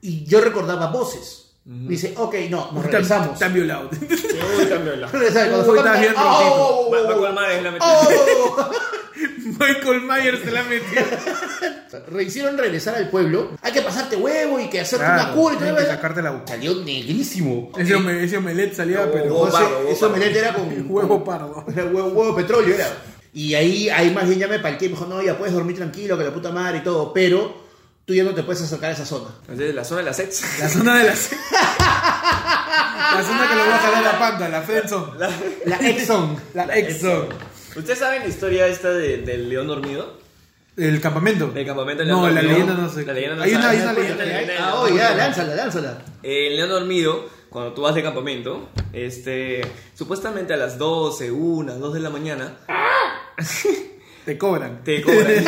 [SPEAKER 3] Y yo recordaba voces. Me dice, ok, no, nos regresamos.
[SPEAKER 1] Tan violado.
[SPEAKER 2] Uy, cambió la.
[SPEAKER 3] Regresamos. Cuando
[SPEAKER 1] Uy,
[SPEAKER 3] fue
[SPEAKER 1] estás
[SPEAKER 3] cuando-
[SPEAKER 1] bien
[SPEAKER 3] ¡Ah,
[SPEAKER 1] rotito.
[SPEAKER 3] oh, oh,
[SPEAKER 2] Va, va
[SPEAKER 3] oh,
[SPEAKER 2] con la madre, la metí.
[SPEAKER 3] oh, oh, oh!
[SPEAKER 1] Michael Myers se la metió.
[SPEAKER 3] Re- Hicieron regresar al pueblo. Hay que pasarte huevo y que hacerte una cura y todo.
[SPEAKER 1] hay que
[SPEAKER 3] eso.
[SPEAKER 1] sacarte la boca.
[SPEAKER 3] Salió negrísimo.
[SPEAKER 1] Ese, ome- ese omelette salía, pero...
[SPEAKER 3] No sé,
[SPEAKER 2] pardo, huevo
[SPEAKER 3] ese
[SPEAKER 2] pardo.
[SPEAKER 3] omelete era con
[SPEAKER 1] Huevo
[SPEAKER 3] con-
[SPEAKER 1] pardo.
[SPEAKER 3] Era huevo, huevo de petróleo era. Y ahí, ahí más bien ya me palqué y me dijo, no, ya puedes dormir tranquilo, que la puta madre y todo, pero tú ya no te puedes acercar a esa zona.
[SPEAKER 2] Entonces, la zona de la sex.
[SPEAKER 1] La zona de las... la zona que le voy a jalar la panda, la friendzone.
[SPEAKER 2] La-
[SPEAKER 3] La Exxon.
[SPEAKER 1] La exo.
[SPEAKER 2] ¿Ustedes saben la historia esta de- del león dormido?
[SPEAKER 1] El campamento.
[SPEAKER 2] Del campamento del león
[SPEAKER 1] No, la
[SPEAKER 2] dormido.
[SPEAKER 1] leyenda no sé.
[SPEAKER 2] La leyenda no
[SPEAKER 1] hay una,
[SPEAKER 2] sabe.
[SPEAKER 1] hay una leyenda.
[SPEAKER 3] Ah, oh, ya, lánzala, lánzala.
[SPEAKER 2] Eh, El león dormido, cuando tú vas de campamento, este, supuestamente a las 12, 1, 2 de la mañana,
[SPEAKER 1] Te cobran.
[SPEAKER 2] te cobran.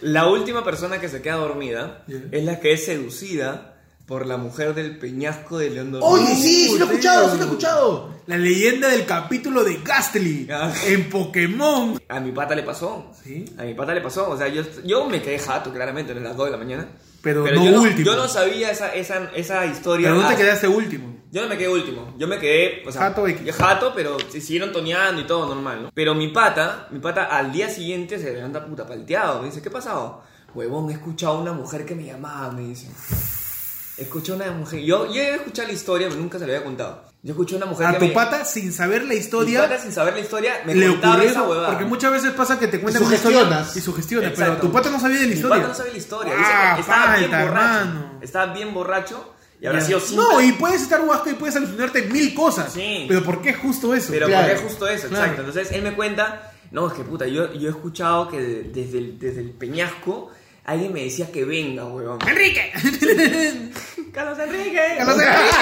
[SPEAKER 2] la última persona que se queda dormida
[SPEAKER 1] Ya.
[SPEAKER 2] es la que es seducida por la mujer del peñasco del león dormido.
[SPEAKER 3] Oye, sí, sí lo he escuchado, sí lo he
[SPEAKER 1] tío.
[SPEAKER 3] escuchado.
[SPEAKER 1] La leyenda del capítulo de Gastly
[SPEAKER 2] Ah.
[SPEAKER 1] en Pokémon.
[SPEAKER 2] A mi pata le pasó.
[SPEAKER 1] ¿Sí?
[SPEAKER 2] A mi pata le pasó. O sea, yo, yo me quedé jato, claramente, a las 2 de la mañana.
[SPEAKER 1] Pero no
[SPEAKER 2] yo
[SPEAKER 1] último.
[SPEAKER 2] yo no sabía esa, esa, esa historia.
[SPEAKER 1] Pero no te
[SPEAKER 2] hasta-
[SPEAKER 1] quedaste último.
[SPEAKER 2] Yo no me quedé último. Yo me quedé, o sea,
[SPEAKER 1] Jato X.
[SPEAKER 2] jato, pero se siguieron toneando y todo normal, ¿no? Pero mi pata, mi pata al día siguiente se levanta puta palteado. Me dice, ¿qué ha pasado? Huevón, he escuchado a una mujer que me llamaba, me dice. Escuché a una mujer. Yo, yo he escuchado la historia, pero nunca se la había contado. Yo escuché una mujer
[SPEAKER 1] A
[SPEAKER 2] que
[SPEAKER 1] tu
[SPEAKER 2] me-
[SPEAKER 1] pata, sin saber la
[SPEAKER 2] mi pata,
[SPEAKER 1] historia,
[SPEAKER 2] sin saber la historia, me
[SPEAKER 1] le
[SPEAKER 2] contaba
[SPEAKER 1] ocurrió.
[SPEAKER 2] esa huevada.
[SPEAKER 1] Porque muchas veces pasa que te cuentan una historia
[SPEAKER 3] sugestionas.
[SPEAKER 1] y sugestionas, pero
[SPEAKER 2] Exacto.
[SPEAKER 1] tu pata no sabía de la
[SPEAKER 2] Mi
[SPEAKER 1] historia.
[SPEAKER 2] pata no sabe la historia.
[SPEAKER 1] Ah,
[SPEAKER 2] Dice que estaba
[SPEAKER 1] falta,
[SPEAKER 2] bien borracho.
[SPEAKER 1] hermano.
[SPEAKER 2] Estaba bien borracho y habrá sido sin
[SPEAKER 1] No,
[SPEAKER 2] pata.
[SPEAKER 1] y puedes estar guasco y puedes alucinarte mil cosas.
[SPEAKER 2] Sí.
[SPEAKER 1] Pero ¿por qué justo eso?
[SPEAKER 2] Pero
[SPEAKER 3] Claro.
[SPEAKER 2] porque es justo eso,
[SPEAKER 1] Claro.
[SPEAKER 2] exacto. Entonces él me cuenta, no, es que puta, yo, yo he escuchado que de- desde el, desde el peñasco alguien me decía que venga, huevón.
[SPEAKER 1] ¡Enrique!
[SPEAKER 2] ¡Carlos Enrique!
[SPEAKER 1] Carlos Enrique.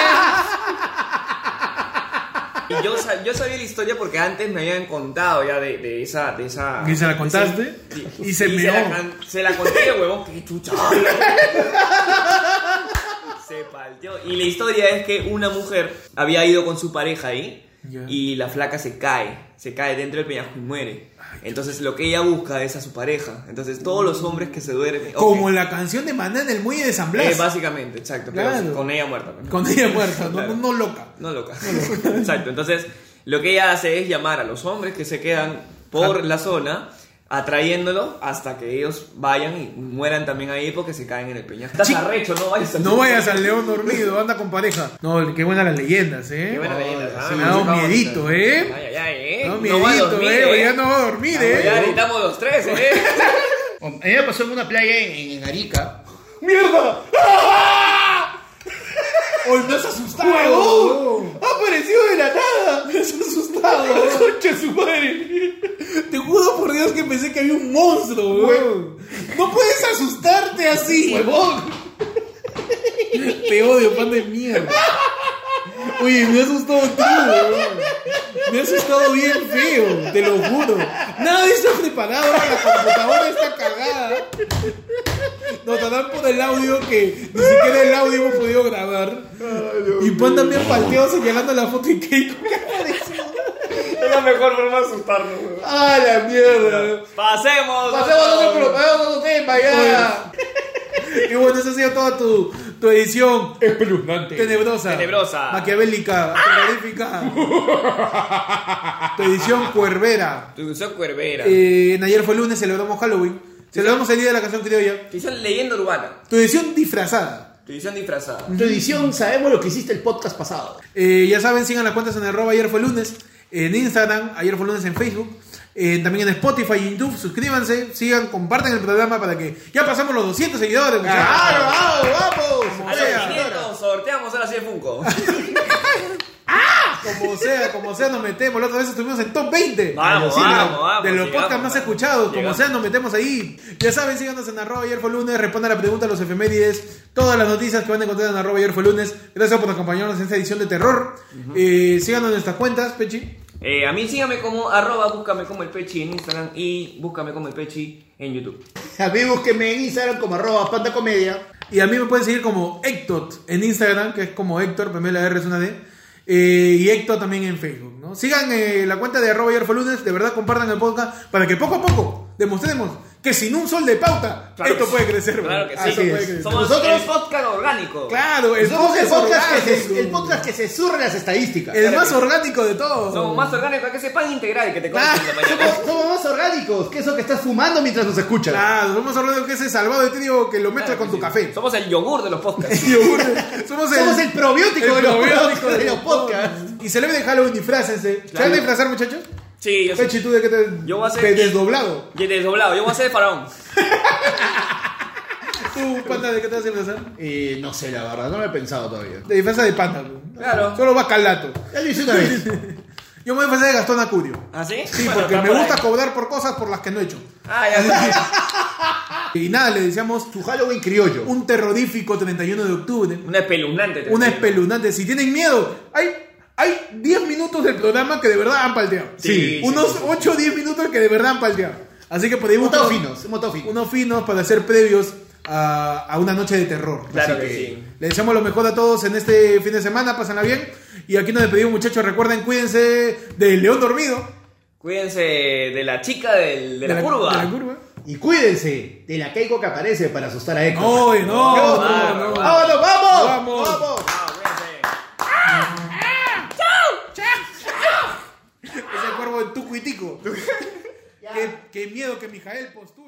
[SPEAKER 2] Y yo, sa- yo sabía la historia porque antes me habían contado ya de, de esa, de esa...
[SPEAKER 1] ¿Y se la
[SPEAKER 2] de
[SPEAKER 1] contaste?
[SPEAKER 2] ese-
[SPEAKER 1] Y se meó.
[SPEAKER 2] la, can- se la conté, huevón, qué chucha. se partió. Y la historia es que una mujer había ido con su pareja ahí
[SPEAKER 1] Ya.
[SPEAKER 2] y la flaca se cae, se cae dentro del peñasco y muere. Entonces lo que ella busca es a su pareja. Entonces todos los hombres que se duermen...
[SPEAKER 1] Como
[SPEAKER 2] ok.
[SPEAKER 1] la canción de Maná en el muelle de San Blas.
[SPEAKER 2] Eh, básicamente, exacto,
[SPEAKER 1] Claro.
[SPEAKER 2] pero con ella muerta. pues, ¿no?
[SPEAKER 1] Con ella muerta, no,
[SPEAKER 2] Claro.
[SPEAKER 1] no loca.
[SPEAKER 2] No loca. Exacto. Entonces, lo que ella hace es llamar a los hombres que se quedan
[SPEAKER 1] Ah.
[SPEAKER 2] por la zona, atrayéndolos hasta que ellos vayan y mueran también ahí porque se caen en el peñasco. Estás
[SPEAKER 1] Chi-
[SPEAKER 2] arrecho, no vayas a
[SPEAKER 1] No vayas al león dormido, anda con pareja. No, qué buenas las leyendas, ¿eh?
[SPEAKER 2] Qué buena leyenda,
[SPEAKER 1] Sí,
[SPEAKER 2] ah,
[SPEAKER 1] me ha dado
[SPEAKER 2] bonita.
[SPEAKER 1] miedito, ¿eh?
[SPEAKER 2] Ay, ay, ay, eh.
[SPEAKER 1] No,
[SPEAKER 2] va a
[SPEAKER 1] miedito,
[SPEAKER 2] dormir, Ah,
[SPEAKER 1] eh. Ya no va a dormir, eh.
[SPEAKER 2] Ya gritamos los tres, eh.
[SPEAKER 9] A mí me pasó en una playa en, en- en Arica.
[SPEAKER 10] ¡Mierda!
[SPEAKER 3] ¡Hoy me has asustado!
[SPEAKER 10] ¡Huevón! ¡Ha aparecido de la nada!
[SPEAKER 3] ¡Me has asustado!
[SPEAKER 10] ¡Concha su madre!
[SPEAKER 3] Te juro por Dios que pensé que había un monstruo, weón. No puedes asustarte así.
[SPEAKER 10] ¡Huevón!
[SPEAKER 3] Te odio, pan de mierda. Oye, me ha asustado tú, weón. Me ha asustado bien feo, te lo juro. Nadie está preparado, ahora la computadora está cagada. Nos darán por el audio que ni siquiera el audio hemos podido grabar. y pan también palteado señalando la foto y Keiko.
[SPEAKER 2] es la mejor forma de asustarnos, weón.
[SPEAKER 3] ¡Ah, la mierda!
[SPEAKER 2] Pasemos.
[SPEAKER 9] Pasemos a otro, pasemos a otro tema, ya.
[SPEAKER 1] Y bueno, esa ha sido toda tu, tu edición
[SPEAKER 10] Espeluznante.
[SPEAKER 1] tenebrosa,
[SPEAKER 2] Tenebrosa.
[SPEAKER 1] maquiavélica, terrorífica. tu edición cuervera.
[SPEAKER 2] Tu soy cuervera.
[SPEAKER 1] Eh, en ayer fue lunes, celebramos Halloween. Celebramos el día de la canción criolla.
[SPEAKER 2] Tu edición leyenda urbana.
[SPEAKER 1] Tu edición disfrazada.
[SPEAKER 2] Tu edición disfrazada.
[SPEAKER 3] Tu edición, sabemos lo que hiciste el podcast pasado.
[SPEAKER 1] Eh, ya saben, sigan las cuentas en arroba ayer fue lunes, en Instagram, ayer fue lunes en Facebook, eh, también en Spotify y YouTube. Suscríbanse, sigan, compartan el programa para que ya pasamos los 200 seguidores. muchachos.
[SPEAKER 3] ¡Claro, vamos!
[SPEAKER 1] Como
[SPEAKER 2] A los
[SPEAKER 1] sea.
[SPEAKER 2] 500 sorteamos ahora sí de Funko.
[SPEAKER 1] Como sea, como sea, nos metemos. La otra vez estuvimos en top 20.
[SPEAKER 2] Vamos,
[SPEAKER 1] Sí, de-
[SPEAKER 2] vamos, vamos,
[SPEAKER 1] De los
[SPEAKER 2] llegamos,
[SPEAKER 1] podcasts más
[SPEAKER 2] vamos.
[SPEAKER 1] escuchados. Como
[SPEAKER 2] Llegamos.
[SPEAKER 1] sea, nos metemos ahí. Ya saben, síganos en arroba ayer fue lunes. Respondan la pregunta a los efemérides. Todas las noticias que van a encontrar en arroba ayer fue lunes. Gracias por acompañarnos en esta edición de terror. Eh, síganos en nuestras cuentas, Pechi.
[SPEAKER 2] Eh, a mí sígame como arroba, búscame como el Pechi en Instagram y búscame como el Pechi en YouTube.
[SPEAKER 3] A mí búsquenme en Instagram como arroba pandacomedia.
[SPEAKER 1] Y a mí me pueden seguir como Hectot en Instagram, que es como Héctor, primero la R es una D. eh, y Hector también en Facebook, ¿no? Sigan eh, la cuenta de arroba ayer fue lunes, de verdad compartan el podcast para que poco a poco demostremos que sin un sol de pauta
[SPEAKER 2] Claro
[SPEAKER 1] esto
[SPEAKER 2] que
[SPEAKER 1] puede
[SPEAKER 2] sí.
[SPEAKER 1] crecer.
[SPEAKER 2] Claro que
[SPEAKER 1] weón.
[SPEAKER 2] sí.
[SPEAKER 1] Esto puede crecer.
[SPEAKER 2] Somos el
[SPEAKER 3] Nosotros-
[SPEAKER 2] podcast orgánico.
[SPEAKER 1] Claro, el
[SPEAKER 3] Somos el podcast, que
[SPEAKER 1] orgánico.
[SPEAKER 3] se, el podcast que se surre las estadísticas.
[SPEAKER 1] El más orgánico de todos.
[SPEAKER 2] Somos más orgánicos, que sepan integrar y que te conozcan en la mañana.
[SPEAKER 3] Ah, Somos, somos más orgánicos que eso que estás fumando mientras nos escuchas.
[SPEAKER 1] Claro, somos orgánico que ese salvado de trigo que lo mezcla con tu café.
[SPEAKER 2] Somos el yogur de los podcasts.
[SPEAKER 1] Yogur. Somos el,
[SPEAKER 3] Somos el probiótico
[SPEAKER 1] el
[SPEAKER 3] de, los,
[SPEAKER 1] probiótico
[SPEAKER 3] de los podcasts.
[SPEAKER 1] Y celebren Halloween, disfrácense. ¿Se van a disfrazar, muchachos?
[SPEAKER 2] Sí, yo soy
[SPEAKER 1] Pechi, ¿tú de qué te
[SPEAKER 2] Yo voy a ser-
[SPEAKER 1] de desdoblado?
[SPEAKER 2] y desdoblado. Yo voy a ser faraón.
[SPEAKER 1] ¿Tú, panda, de qué te vas a disfrazar?
[SPEAKER 3] Eh, no sé, la verdad, no lo he pensado todavía.
[SPEAKER 1] Te disfrazas de panda. güey.
[SPEAKER 2] Claro.
[SPEAKER 1] Solo vas calato.
[SPEAKER 3] Ya lo hice una vez.
[SPEAKER 1] Yo me voy a disfrazar de Gastón Acurio.
[SPEAKER 2] ¿Ah, sí?
[SPEAKER 1] Sí,
[SPEAKER 2] Bueno,
[SPEAKER 1] porque
[SPEAKER 2] está
[SPEAKER 1] me
[SPEAKER 2] por
[SPEAKER 1] gusta
[SPEAKER 2] ahí.
[SPEAKER 1] cobrar por cosas por las que no he hecho.
[SPEAKER 2] Ah, ya está.
[SPEAKER 1] Y nada, le decíamos
[SPEAKER 3] Tu Halloween criollo.
[SPEAKER 1] un terrorífico 31 de octubre.
[SPEAKER 2] Una espeluznante. te
[SPEAKER 1] Una
[SPEAKER 2] digo.
[SPEAKER 1] espeluznante. Si tienen miedo, hay, hay 10 minutos del programa que de verdad han palteado.
[SPEAKER 2] Sí, sí,
[SPEAKER 1] Unos
[SPEAKER 2] sí, sí.
[SPEAKER 1] 8 o 10 minutos que de verdad han palteado. Así que por ahí
[SPEAKER 3] Hemos estado
[SPEAKER 1] buscan
[SPEAKER 3] finos, hemos estado finos.
[SPEAKER 1] unos finos para ser previos a, a una noche de terror.
[SPEAKER 2] Claro
[SPEAKER 1] Así
[SPEAKER 2] que sí.
[SPEAKER 1] Le deseamos lo mejor a todos en este fin de semana. Pásenla bien. Y aquí nos despedimos, muchachos. Recuerden, cuídense del león dormido.
[SPEAKER 2] Cuídense de la chica del, de, la, curva.
[SPEAKER 1] de la curva.
[SPEAKER 3] Y cuídense de la Keiko que aparece para asustar a Echo.
[SPEAKER 1] No, no, no,
[SPEAKER 2] bárbaro,
[SPEAKER 1] no.
[SPEAKER 2] bárbaro.
[SPEAKER 3] ¡Vámonos, vamos!
[SPEAKER 1] Vamos.
[SPEAKER 3] ¡Vamos!
[SPEAKER 2] Ah, cuídense.
[SPEAKER 1] Ese cuervo de Tucuitico. qué, qué miedo que Mijael postula.